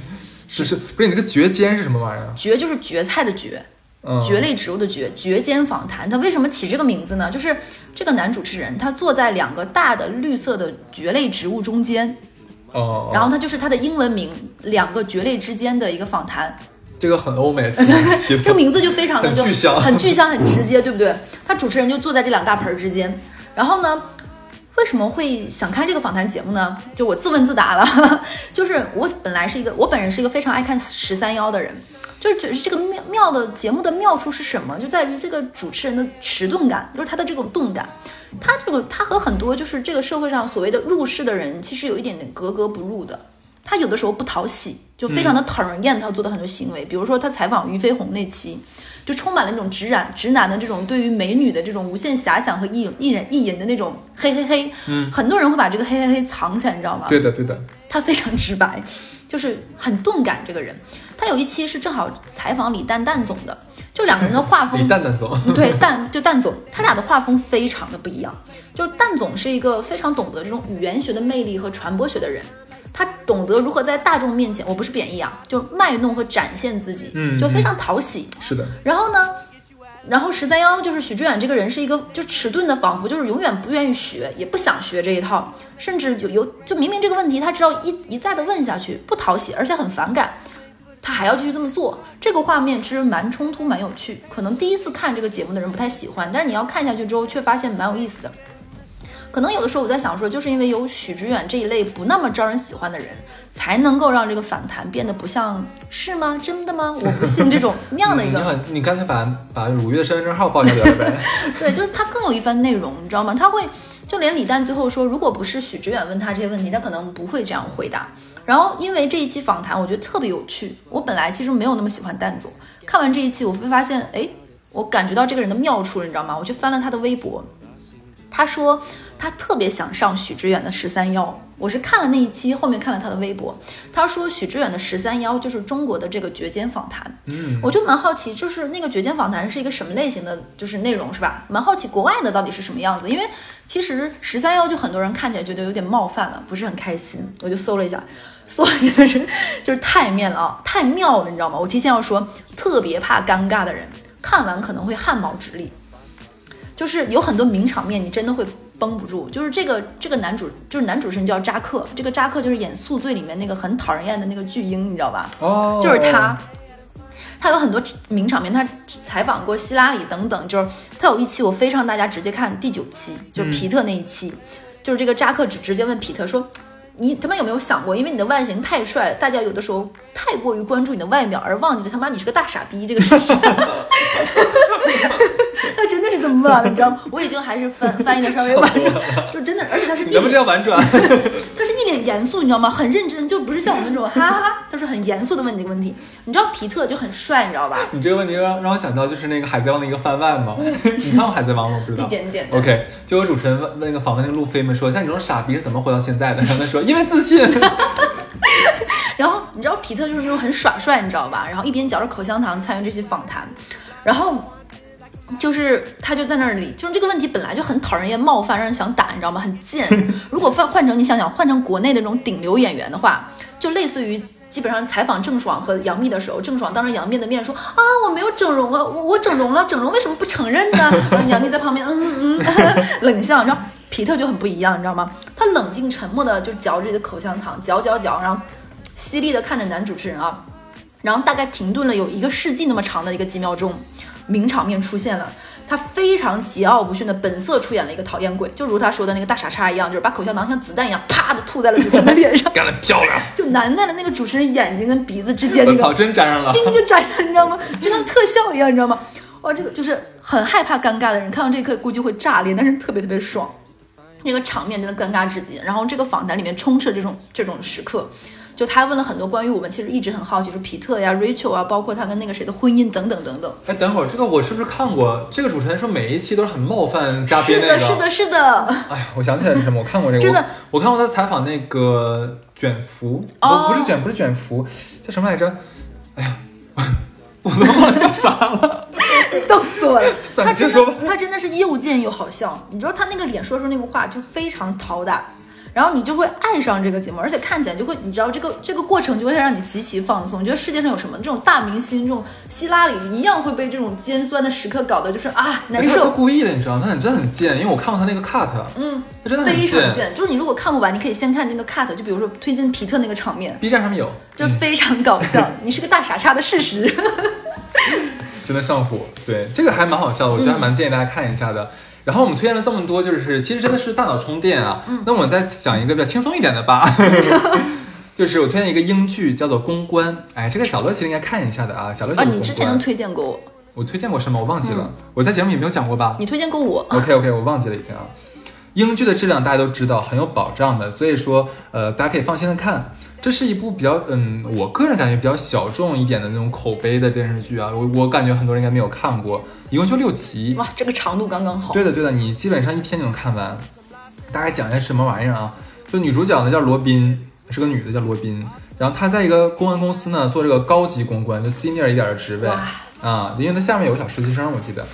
Speaker 3: 是是，不是你那个绝尖是什么玩意儿？啊
Speaker 2: 蕨就是蕨菜的蕨，
Speaker 3: 嗯，
Speaker 2: 蕨类植物的蕨，蕨间访谈。它为什么起这个名字呢？就是这个男主持人，他坐在两个大的绿色的蕨类植物中间，
Speaker 3: 哦，
Speaker 2: 然后他就是他的英文名，两个蕨类之间的一个访谈。
Speaker 3: 这个很欧 美，其实其
Speaker 2: 这个
Speaker 3: 实
Speaker 2: 名字就非常的
Speaker 3: 很
Speaker 2: 就
Speaker 3: 具象
Speaker 2: 很具象，很直 接，对不对？他主持人就坐在这两大盆儿之间，然后呢，为什么会想看这个访谈节目呢？就我自问自答了， 就是我本来是一个我本人是一个非常爱看十三幺的人。就是觉得这个妙妙的节目的妙处是什么？就在于这个主持人的迟钝感，就是他的这种动感。他这个他和很多就是这个社会上所谓的入世的人，其实有一点点格格不入的。他有的时候不讨喜，就
Speaker 3: 嗯
Speaker 2: 非常的讨人厌。他做的很多行为，比如说他采访俞飞鸿那期，就充满了那种直男直男的这种对于美女的这种无限遐想和一一人一人的那种嘿嘿嘿。嗯，很多人会把这个嘿嘿嘿藏起来，你知道吗？
Speaker 3: 对的对的，
Speaker 2: 他非常直白，就是很钝感这个人。他有一期是正好采访李诞诞总的，就两个人的画风
Speaker 3: 李蛋蛋总，
Speaker 2: 对，蛋就蛋总，他俩的画风非常的不一样。就是蛋总是一个非常懂得这种语言学的魅力和传播学的人，他懂得如何在大众面前，我不是贬义啊，就卖弄和展现自己，
Speaker 3: 嗯
Speaker 2: 就非常讨喜。
Speaker 3: 是的，
Speaker 2: 然后呢，然后十三幺就是许知远这个人是一个就迟钝的，仿佛就是永远不愿意学，也不想学这一套，甚至有有就明明这个问题他知道一一再的问下去不讨喜，而且很反感，他还要继续这么做，这个画面其实蛮冲突、蛮有趣。可能第一次看这个节目的人不太喜欢，但是你要看下去之后，却发现蛮有意思的。可能有的时候我在想说，就是因为有许知远这一类不那么招人喜欢的人，才能够让这个反弹变得不像是吗？真的吗？我不信这种那样的一
Speaker 3: 嗯你
Speaker 2: 个。
Speaker 3: 好，你刚才把把五月的身份证号报出来了 呗？
Speaker 2: 对，就是他更有一番内容，你知道吗？他会就连李诞最后说，如果不是许知远问他这些问题，他可能不会这样回答。然后因为这一期访谈，我觉得特别有趣。我本来其实没有那么喜欢蛋总，看完这一期，我会发现，哎，我感觉到这个人的妙处了，你知道吗？我去翻了他的微博，他说他特别想上许知远的十三幺。我是看了那一期，后面看了他的微博，他说许知远的十三幺就是中国的这个绝间访谈。
Speaker 3: 嗯，
Speaker 2: 我就蛮好奇，就是那个绝间访谈是一个什么类型的，就是内容是吧？蛮好奇国外的到底是什么样子，因为其实十三幺就很多人看起来觉得有点冒犯了，不是很开心。我就搜了一下，搜了真的是就是太面了啊，太妙了，你知道吗？我提前要说，特别怕尴尬的人看完可能会汗毛直立，就是有很多名场面你真的会绷不住，就是这个这个男主就是男主持人叫扎克，这个扎克就是演《宿醉》里面那个很讨人厌的那个巨婴，你知道吧？
Speaker 3: 哦，
Speaker 2: 就是他，他有很多名场面，他采访过希拉里等等，就是他有一期我非常大家直接看第九期，
Speaker 3: 嗯
Speaker 2: 就是皮特那一期，就是这个扎克只直接问皮特说。你他妈有没有想过，因为你的外形太帅，大家有的时候太过于关注你的外表，而忘记了他妈你是个大傻逼这个事实。 他真的是这么问的，你知道吗？我已经还是翻翻译的稍 微婉转，就真的，而且他是一
Speaker 3: 你怎么这样 婉转？
Speaker 2: 他是一脸严肃，你知道吗？很认真，就不是像我们这种哈 哈哈，他是很严肃的问你这个问题。你知道皮特就很帅，你知道吧？
Speaker 3: 你这个问题让让我想到就是那个《海贼王》的一个番外嘛， 你看过《海贼王》吗？不知
Speaker 2: 嗯
Speaker 3: 道。
Speaker 2: 一点点
Speaker 3: OK，就有主持人问那个访问那个路飞们说，像你这种傻逼是怎么活到现在的？他们说因为自信。，
Speaker 2: 然后你知道皮特就是那种很耍帅，你知道吧？然后一边嚼着口香糖参与这些访谈，然后就是他就在那里，就是这个问题本来就很讨人厌、冒犯，让人想打，你知道吗？很贱。如果换换成你想想，换成国内的那种顶流演员的话，就类似于基本上采访郑爽和杨幂的时候，郑爽当着杨幂的面说啊，我没有整容啊，我我整容了，整容为什么不承认呢？然后杨幂在旁边嗯嗯嗯冷笑，你知道。皮特就很不一样，你知道吗？他冷静沉默的就嚼着自己的口香糖，嚼嚼嚼，然后犀利的看着男主持人啊，然后大概停顿了有一个世纪那么长的一个几秒钟，名场面出现了。他非常桀骜不驯的本色出演了一个讨厌鬼，就如他说的那个大傻叉一样，就是把口香糖像子弹一样啪的吐在了主持人的脸上
Speaker 3: 干得漂亮！
Speaker 2: 就难在了那个主持人眼睛跟鼻子之间那
Speaker 3: 我
Speaker 2: 个
Speaker 3: 操，真 粘上了。
Speaker 2: 叮就粘上，你知道吗？就像特效一样，你知道吗？哇，这个就是很害怕尴尬的人，看到这一刻估计会炸裂，但是特别特别爽。那个场面真的尴尬至极。然后这个访谈里面充斥这种这种时刻，就他问了很多关于我们其实一直很好奇，说皮特呀、Rachel 啊，包括他跟那个谁的婚姻等等等等。
Speaker 3: 哎，等会儿这个我是不是看过？这个主持人说每一期都是很冒犯嘉
Speaker 2: 是
Speaker 3: 宾那
Speaker 2: 的，
Speaker 3: 个。
Speaker 2: 是的，是的。
Speaker 3: 哎，我想起来是什么，我看过这个，
Speaker 2: 真的
Speaker 3: 我，我看过他采访那个卷福，
Speaker 2: 哦
Speaker 3: 不不是卷，不是卷福，叫什么来着？哎呀， 我我都忘了叫啥了。
Speaker 2: 逗死我了！
Speaker 3: 算了
Speaker 2: 他真
Speaker 3: 你先说吧
Speaker 2: 的，他真的是又贱又好笑。你知道他那个脸说出那个话就非常讨打，然后你就会爱上这个节目，而且看起来就会，你知道这个这个过程就会让你极其放松。你觉得世界上有什么这种大明星，这种希拉里一样会被这种尖酸的时刻搞得就是啊难
Speaker 3: 哎他他
Speaker 2: 受。
Speaker 3: 故意的，你知道，他很真的很贱，因为我看过他那个 cut，
Speaker 2: 嗯，
Speaker 3: 他真的很
Speaker 2: 非常
Speaker 3: 贱
Speaker 2: 贱。就是你如果看不完，你可以先看那个 cut，就比如说推荐皮特那个场面，
Speaker 3: b 站上面有，
Speaker 2: 就非常搞 笑。你是个大傻叉的事实。
Speaker 3: 真的上火。对，这个还蛮好笑的，我觉得
Speaker 2: 嗯
Speaker 3: 还蛮建议大家看一下的。然后我们推荐了这么多，就是其实真的是大脑充电啊。
Speaker 2: 嗯
Speaker 3: 那我再想一个比较轻松一点的 吧，就是我推荐一个英剧叫做《公关》，哎，这个小乐其实应该看一下的啊。小乐
Speaker 2: 啊，
Speaker 3: 是
Speaker 2: 你之前嗯
Speaker 3: 公关
Speaker 2: 都推荐过我，
Speaker 3: 我推荐过什么？我忘记了，我在节目里没有讲过吧
Speaker 2: 你推荐过我。
Speaker 3: ？OK OK，我忘记了已经啊。英剧的质量大家都知道，很有保障的，所以说呃，大家可以放心的看。这是一部比较嗯，我个人感觉比较小众一点的那种口碑的电视剧啊，我我感觉很多人应该没有看过，一共就六集。
Speaker 2: 哇，这个长度刚刚好。
Speaker 3: 对的对的，你基本上一天就能看完。大概讲一下什么玩意儿啊？就女主角呢叫罗宾，是个女的叫罗宾，然后她在一个公关公司呢做这个高级公关，就 senior 一点的职位
Speaker 2: 哇
Speaker 3: 啊，因为她下面有个小实习生，我记得。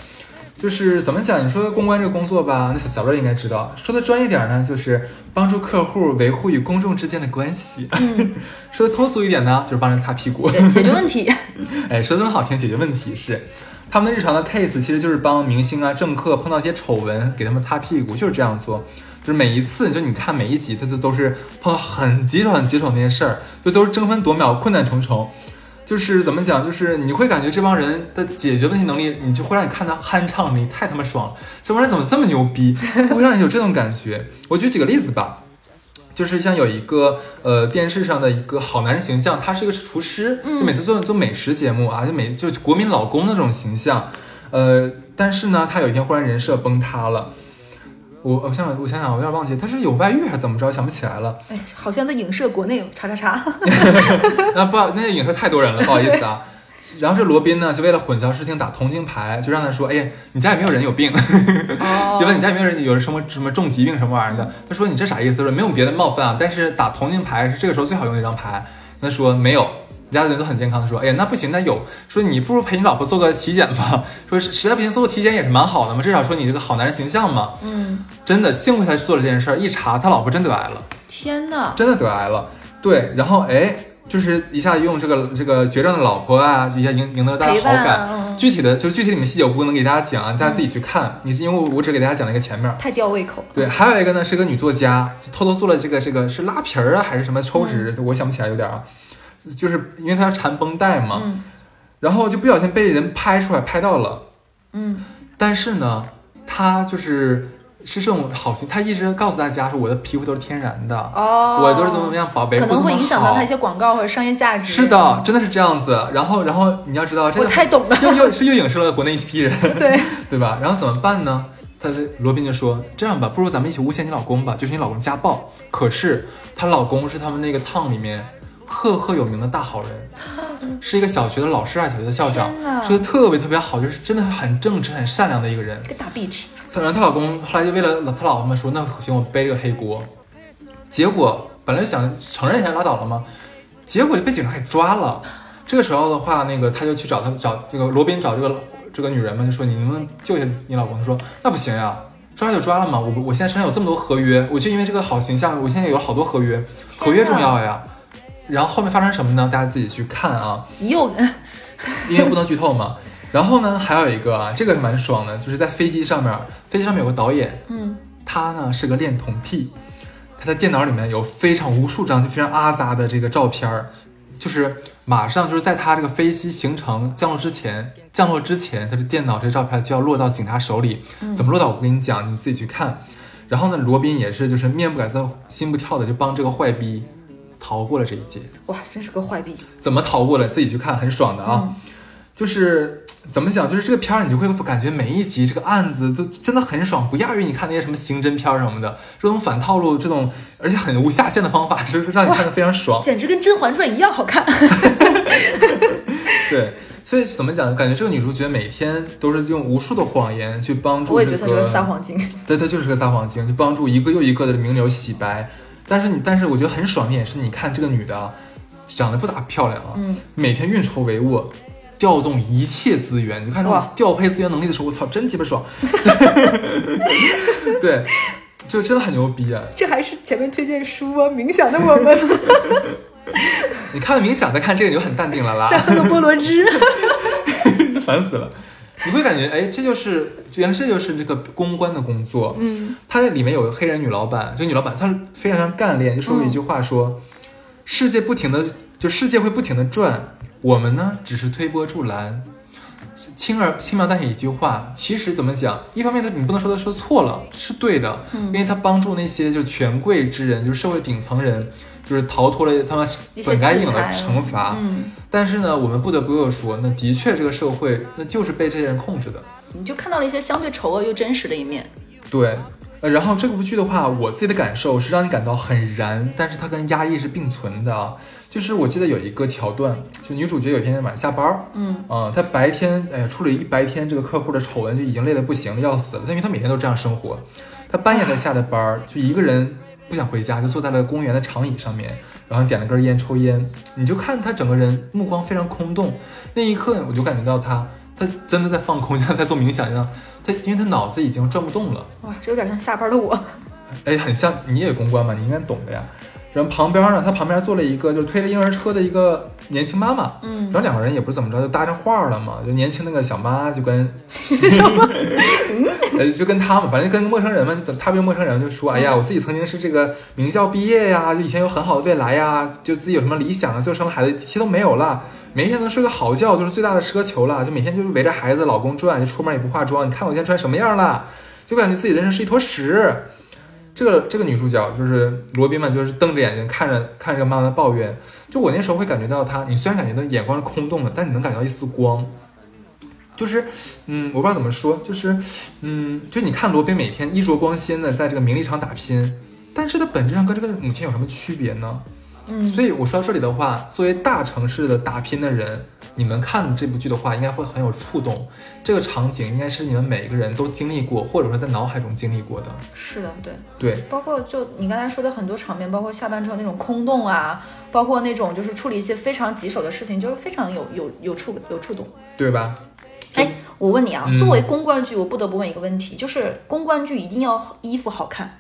Speaker 3: 就是怎么讲？你说公关这个工作吧，那小小乐应该知道。说的专业点儿呢，就是帮助客户维护与公众之间的关系； 说的通俗一点呢，就是帮人擦屁股。
Speaker 2: 嗯 对，解决问题。
Speaker 3: 哎，说的很好听，解决问题是他们的日常的 case，其实就是帮明星啊、政客碰到一些丑闻，给他们擦屁股，就是这样做。就是每一次，就你看每一集，他就都是碰到很棘手、很棘手那些事儿，就都是争分夺秒、困难重重。就是怎么讲，就是你会感觉这帮人的解决问题能力，你就会让你看他酣畅淋漓，太他妈爽了！这帮人怎么这么牛逼？就会让你有这种感觉。我举几个例子吧，就是像有一个呃电视上的一个好男人形象，他是一个厨师，就每次做做美食节目啊，就每就是国民老公那种形象，呃，但是呢，他有一天忽然人设崩塌了。我我想我想想，我有点忘记他是有外遇还是怎么着，想不起来了。
Speaker 2: 哎，好像在影射国内叉叉叉。
Speaker 3: 那不好，那影射太多人了，不好意思啊。 然后这罗宾呢，就为了混淆视听，打同情牌，就让他说：“哎呀，你家有没有人有病？ 就问你家有没有人有人什么什么重疾病什么玩意儿的。”他说：“你这啥意思？”他说：“没有别的冒犯啊，但是打同情牌是这个时候最好用的一张牌。”他说：“没有，你家的人都很健康。”他说：“哎呀，那不行，那有。说你不如陪你老婆做个体检吧。说实在不行做个体检也是蛮好的嘛，至少说你这个好男人形象嘛。”
Speaker 2: 嗯，
Speaker 3: 真的，幸亏他做了这件事儿，一查他老婆真得癌了。
Speaker 2: 天哪！
Speaker 3: 真的得癌了。对，然后哎，就是一下用这个这个绝症的老婆啊，一下赢赢得大家
Speaker 2: 陪
Speaker 3: 好
Speaker 2: 伴
Speaker 3: 感。
Speaker 2: 嗯
Speaker 3: 具体的就是具体你们细节我不能给大家讲啊，大家自己去看。你是因为我只给大家讲了一个前面儿。
Speaker 2: 太吊胃口了。
Speaker 3: 对，还有一个呢是个女作家，偷偷做了这个这个是拉皮儿啊还是什么抽脂，
Speaker 2: 嗯
Speaker 3: 我想不起来有点儿啊，就是因为她要缠绷带嘛，
Speaker 2: 嗯
Speaker 3: 然后就不小心被人拍出来拍到了，
Speaker 2: 嗯
Speaker 3: 但是呢，她就是是这种好心，她一直告诉大家说我的皮肤都是天然的，
Speaker 2: 哦，
Speaker 3: 我就是怎么怎么样保维护
Speaker 2: 可
Speaker 3: 得
Speaker 2: 能
Speaker 3: 这么好，
Speaker 2: 会影响到他一些广告或者商业价值。
Speaker 3: 是的，，真的是这样子。然后，然后你要知道，这
Speaker 2: 我
Speaker 3: 个
Speaker 2: 太懂 了。
Speaker 3: 又又是又影射了国内一批人，
Speaker 2: 对，
Speaker 3: 对吧？然后怎么办呢？他的罗宾就说：“这样吧，不如咱们一起诬陷你老公吧，就是你老公家暴。可是她老公是他们那个烫里面赫赫有名的大好人，是一个小学的老师啊还是小学的校长
Speaker 2: 天，哪
Speaker 3: 是个特别特别好，就是真的很正直、很善良的一个人。
Speaker 2: 个大 bitch，
Speaker 3: 她然后她老公后来就为了她老婆们说，那行，我背了个黑锅。结果本来想承认一下拉倒了嘛，结果就被警察给抓了。这个时候的话，那个她就去找她找这个罗宾找这个这个女人嘛，就说你能不能救一下你老公？她说那不行呀、抓就抓了嘛，我不我现在身上有这么多合约，我就因为这个好形象，我现在有好多合约，合约重要呀。然后后面发生什么呢？大家自己去看啊。
Speaker 2: 你又
Speaker 3: 因为不能剧透嘛。 然后呢，还有一个啊，这个蛮爽的，就是在飞机上面，飞机上面有个导演，
Speaker 2: 嗯，
Speaker 3: 他呢是个恋童癖，他的电脑里面有非常无数张就非常阿杂的这个照片儿，就是马上就是在他这个飞机行程降落之前，降落之前他的电脑这照片就要落到警察手里，怎么落到我跟你讲，你自己去看。然后呢，罗宾也是就是面不改色心不跳的就帮这个坏逼逃过了这一劫。
Speaker 2: 哇，真是个坏逼。
Speaker 3: 怎么逃过了，自己去看，很爽的啊。
Speaker 2: 嗯
Speaker 3: 就是怎么讲，就是这个片儿，你就会感觉每一集这个案子都真的很爽，不亚于你看那些什么刑侦片儿什么的，这种反套路，这种而且很无下限的方法，就是让你看的非 常爽。
Speaker 2: 简直跟《甄嬛传》一样好 看。
Speaker 3: 对，所以怎么讲，感觉这个女主角每天都是用无数的谎言去帮助
Speaker 2: 我也
Speaker 3: 这
Speaker 2: 觉
Speaker 3: 个
Speaker 2: 得他就是撒谎精。
Speaker 3: 对，他就是个撒谎精，就帮助一个又一个的名流洗白。但是你，但是我觉得很爽的点是，你看这个女的啊长得不咋漂亮啊，
Speaker 2: 嗯
Speaker 3: 每天运筹帷幄，调动一切资源。你看这种
Speaker 2: 哇
Speaker 3: 调配资源能力的时候，我操，真鸡 巴爽。对，就真的很牛逼啊！
Speaker 2: 这还是前面推荐书啊，《冥想的我们》
Speaker 3: 你看了冥想再看这个，你就很淡定了啦。
Speaker 2: 在喝了菠萝汁。
Speaker 3: 烦死了。你会感觉，哎，这就是原来这就是这个公关的工作。嗯，它在里面有个黑人女老板，这个女老板她非常干练，就说
Speaker 2: 嗯
Speaker 3: 了一句话说：“世界不停的，就世界会不停的转，我们呢只是推波助澜。”轻而轻描淡写一句话，其实怎么讲？一方面呢，你不能说他说错了，是对的，
Speaker 2: 嗯
Speaker 3: 因为他帮助那些就是权贵之人，就是社会顶层人，就是逃脱了他们
Speaker 2: 一些
Speaker 3: 本该
Speaker 2: 制
Speaker 3: 有的
Speaker 2: 裁
Speaker 3: 惩罚。
Speaker 2: 嗯，
Speaker 3: 但是呢，我们不得不又说，那的确这个社会那就是被这些人控制的。
Speaker 2: 你就看到了一些相对丑恶又真实的一面。
Speaker 3: 对，呃，然后这部剧的话，我自己的感受是让你感到很燃，但是它跟压抑是并存的啊。就是我记得有一个桥段，就女主角有一天晚上下班儿，
Speaker 2: 嗯
Speaker 3: 啊、她白天哎呀处理一白天这个客户的丑闻就已经累得不行了，要死了。但因为她每天都这样生活，她半夜才下的班儿，就一个人不想回家，就坐在了公园的长椅上面，然后点了根烟抽烟。你就看她整个人目光非常空洞，那一刻我就感觉到她，她真的在放空， 像在做冥想一样。她因为她脑子已经转不动了。
Speaker 2: 哇，这有点像下班的我。
Speaker 3: 哎，很像你也公关嘛，你应该懂的呀。然后旁边呢，他旁边坐了一个就是推着婴儿车的一个年轻妈妈，
Speaker 2: 嗯
Speaker 3: 然后两个人也不是怎么着就搭上话了嘛，就年轻那个小妈就跟， 呃，就跟他们，反正跟陌生人嘛，就他被陌生人就说，哎呀，我自己曾经是这个名校毕业呀，就以前有很好的未来呀，就自己有什么理想啊，就生了孩子其实都没有了。每天能睡个好觉就是最大的奢求了，就每天就是围着孩子、老公转，就出门也不化妆。你看我今天穿什么样了？就感觉自己人生是一坨屎。这个这个女主角就是罗宾嘛，就是瞪着眼睛看着看着这个妈妈抱怨。就我那时候会感觉到她，你虽然感觉到眼光是空洞的，但你能感觉到一丝光。就是，嗯，我不知道怎么说，就是，嗯，就你看罗宾每天衣着光鲜的在这个名利场打拼，但是他本质上跟这个母亲有什么区别呢？
Speaker 2: 嗯
Speaker 3: 所以我说到这里的话，作为大城市的打拼的人，你们看这部剧的话，应该会很有触动。这个场景应该是你们每个人都经历过，或者说在脑海中经历过的。
Speaker 2: 是的，对。
Speaker 3: 对，
Speaker 2: 包括就你刚才说的很多场面，包括下班之后那种空洞啊，包括那种就是处理一些非常棘手的事情，就是非常有有有触有触动。
Speaker 3: 对吧？
Speaker 2: 哎，我问你啊
Speaker 3: 嗯，
Speaker 2: 作为公关剧，我不得不问一个问题，就是公关剧一定要衣服好看，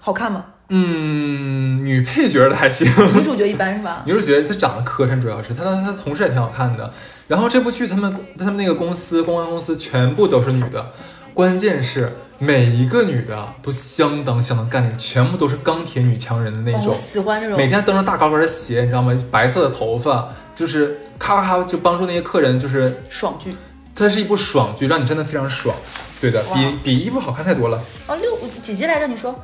Speaker 2: 好看吗？
Speaker 3: 嗯，女配角的还行，
Speaker 2: 女主角一般是吧？
Speaker 3: 女主角她长得磕碜，主要是她她她同事也挺好看的。然后这部剧他们他们那个公司公关公司全部都是女的，关键是每一个女的都相当相当干练，全部都是钢铁女强人的那
Speaker 2: 哦，
Speaker 3: 种
Speaker 2: 我，喜欢这种
Speaker 3: 每天蹬着大高跟鞋，你知道吗？白色的头发，就是咔咔咔就帮助那些客人，就是
Speaker 2: 爽剧。
Speaker 3: 它是一部爽剧，让你真的非常爽。对的，
Speaker 2: 哇
Speaker 3: 比比衣服好看太多了。
Speaker 2: 哦，六几集来着？你说？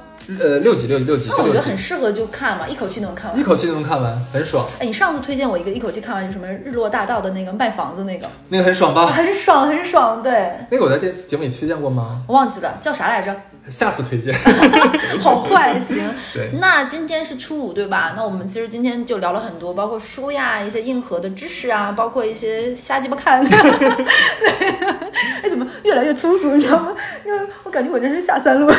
Speaker 3: 呃，六集六集六集，
Speaker 2: 那
Speaker 3: 这
Speaker 2: 我觉
Speaker 3: 六
Speaker 2: 得
Speaker 3: 集
Speaker 2: 很适合就看嘛，一口气能看
Speaker 3: 一
Speaker 2: 完。
Speaker 3: 口气就能看完，很爽，
Speaker 2: 哎，你上次推荐我一个一口气看完，就什么日落大道的那个卖房子那个，
Speaker 3: 那个很爽吧？
Speaker 2: 很爽很爽。对，
Speaker 3: 那个我在电节目里推荐过吗？
Speaker 2: 我忘记了叫啥来着，
Speaker 3: 下 次推荐。
Speaker 2: 好坏行。
Speaker 3: 对，
Speaker 2: 那今天是初五，对吧？那我们其实今天就聊了很多，包括书呀、一些硬核的知识啊，包括一些瞎鸡巴 看。对，哎，怎么越来越粗俗，你知道吗？因为我感觉我真是下 三路，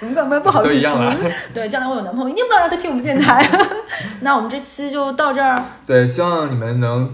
Speaker 2: 怎么办？不好意思，
Speaker 3: 都一样了。
Speaker 2: 对，将来我有男朋友，一定不要让他听我们电 台。那我们这期就到这儿，
Speaker 3: 对，希望你们能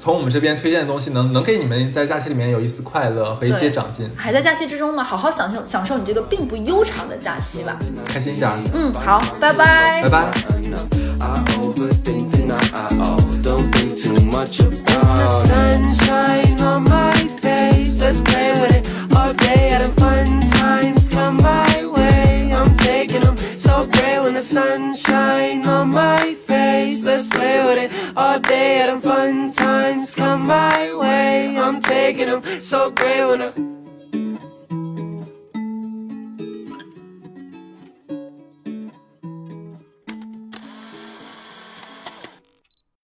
Speaker 3: 从我们这边推荐的东西能，能给你们在假期里面有一丝快乐和一些
Speaker 2: 对
Speaker 3: 长进，
Speaker 2: 还在假期之中嘛，好好享受享受你这个并不悠长的假期吧。
Speaker 3: 开心一点儿。
Speaker 2: 嗯，好，拜拜
Speaker 3: 拜。拜。
Speaker 4: I know I overthink and I, I oh, don't think too much
Speaker 1: The
Speaker 4: about it.
Speaker 1: sunshine on my face. Let's play with it all day. Having fun times come my way. I'm taking them so great when the sunshine on my face. Let's play with it all day. Having fun times come my way. I'm taking them so great when the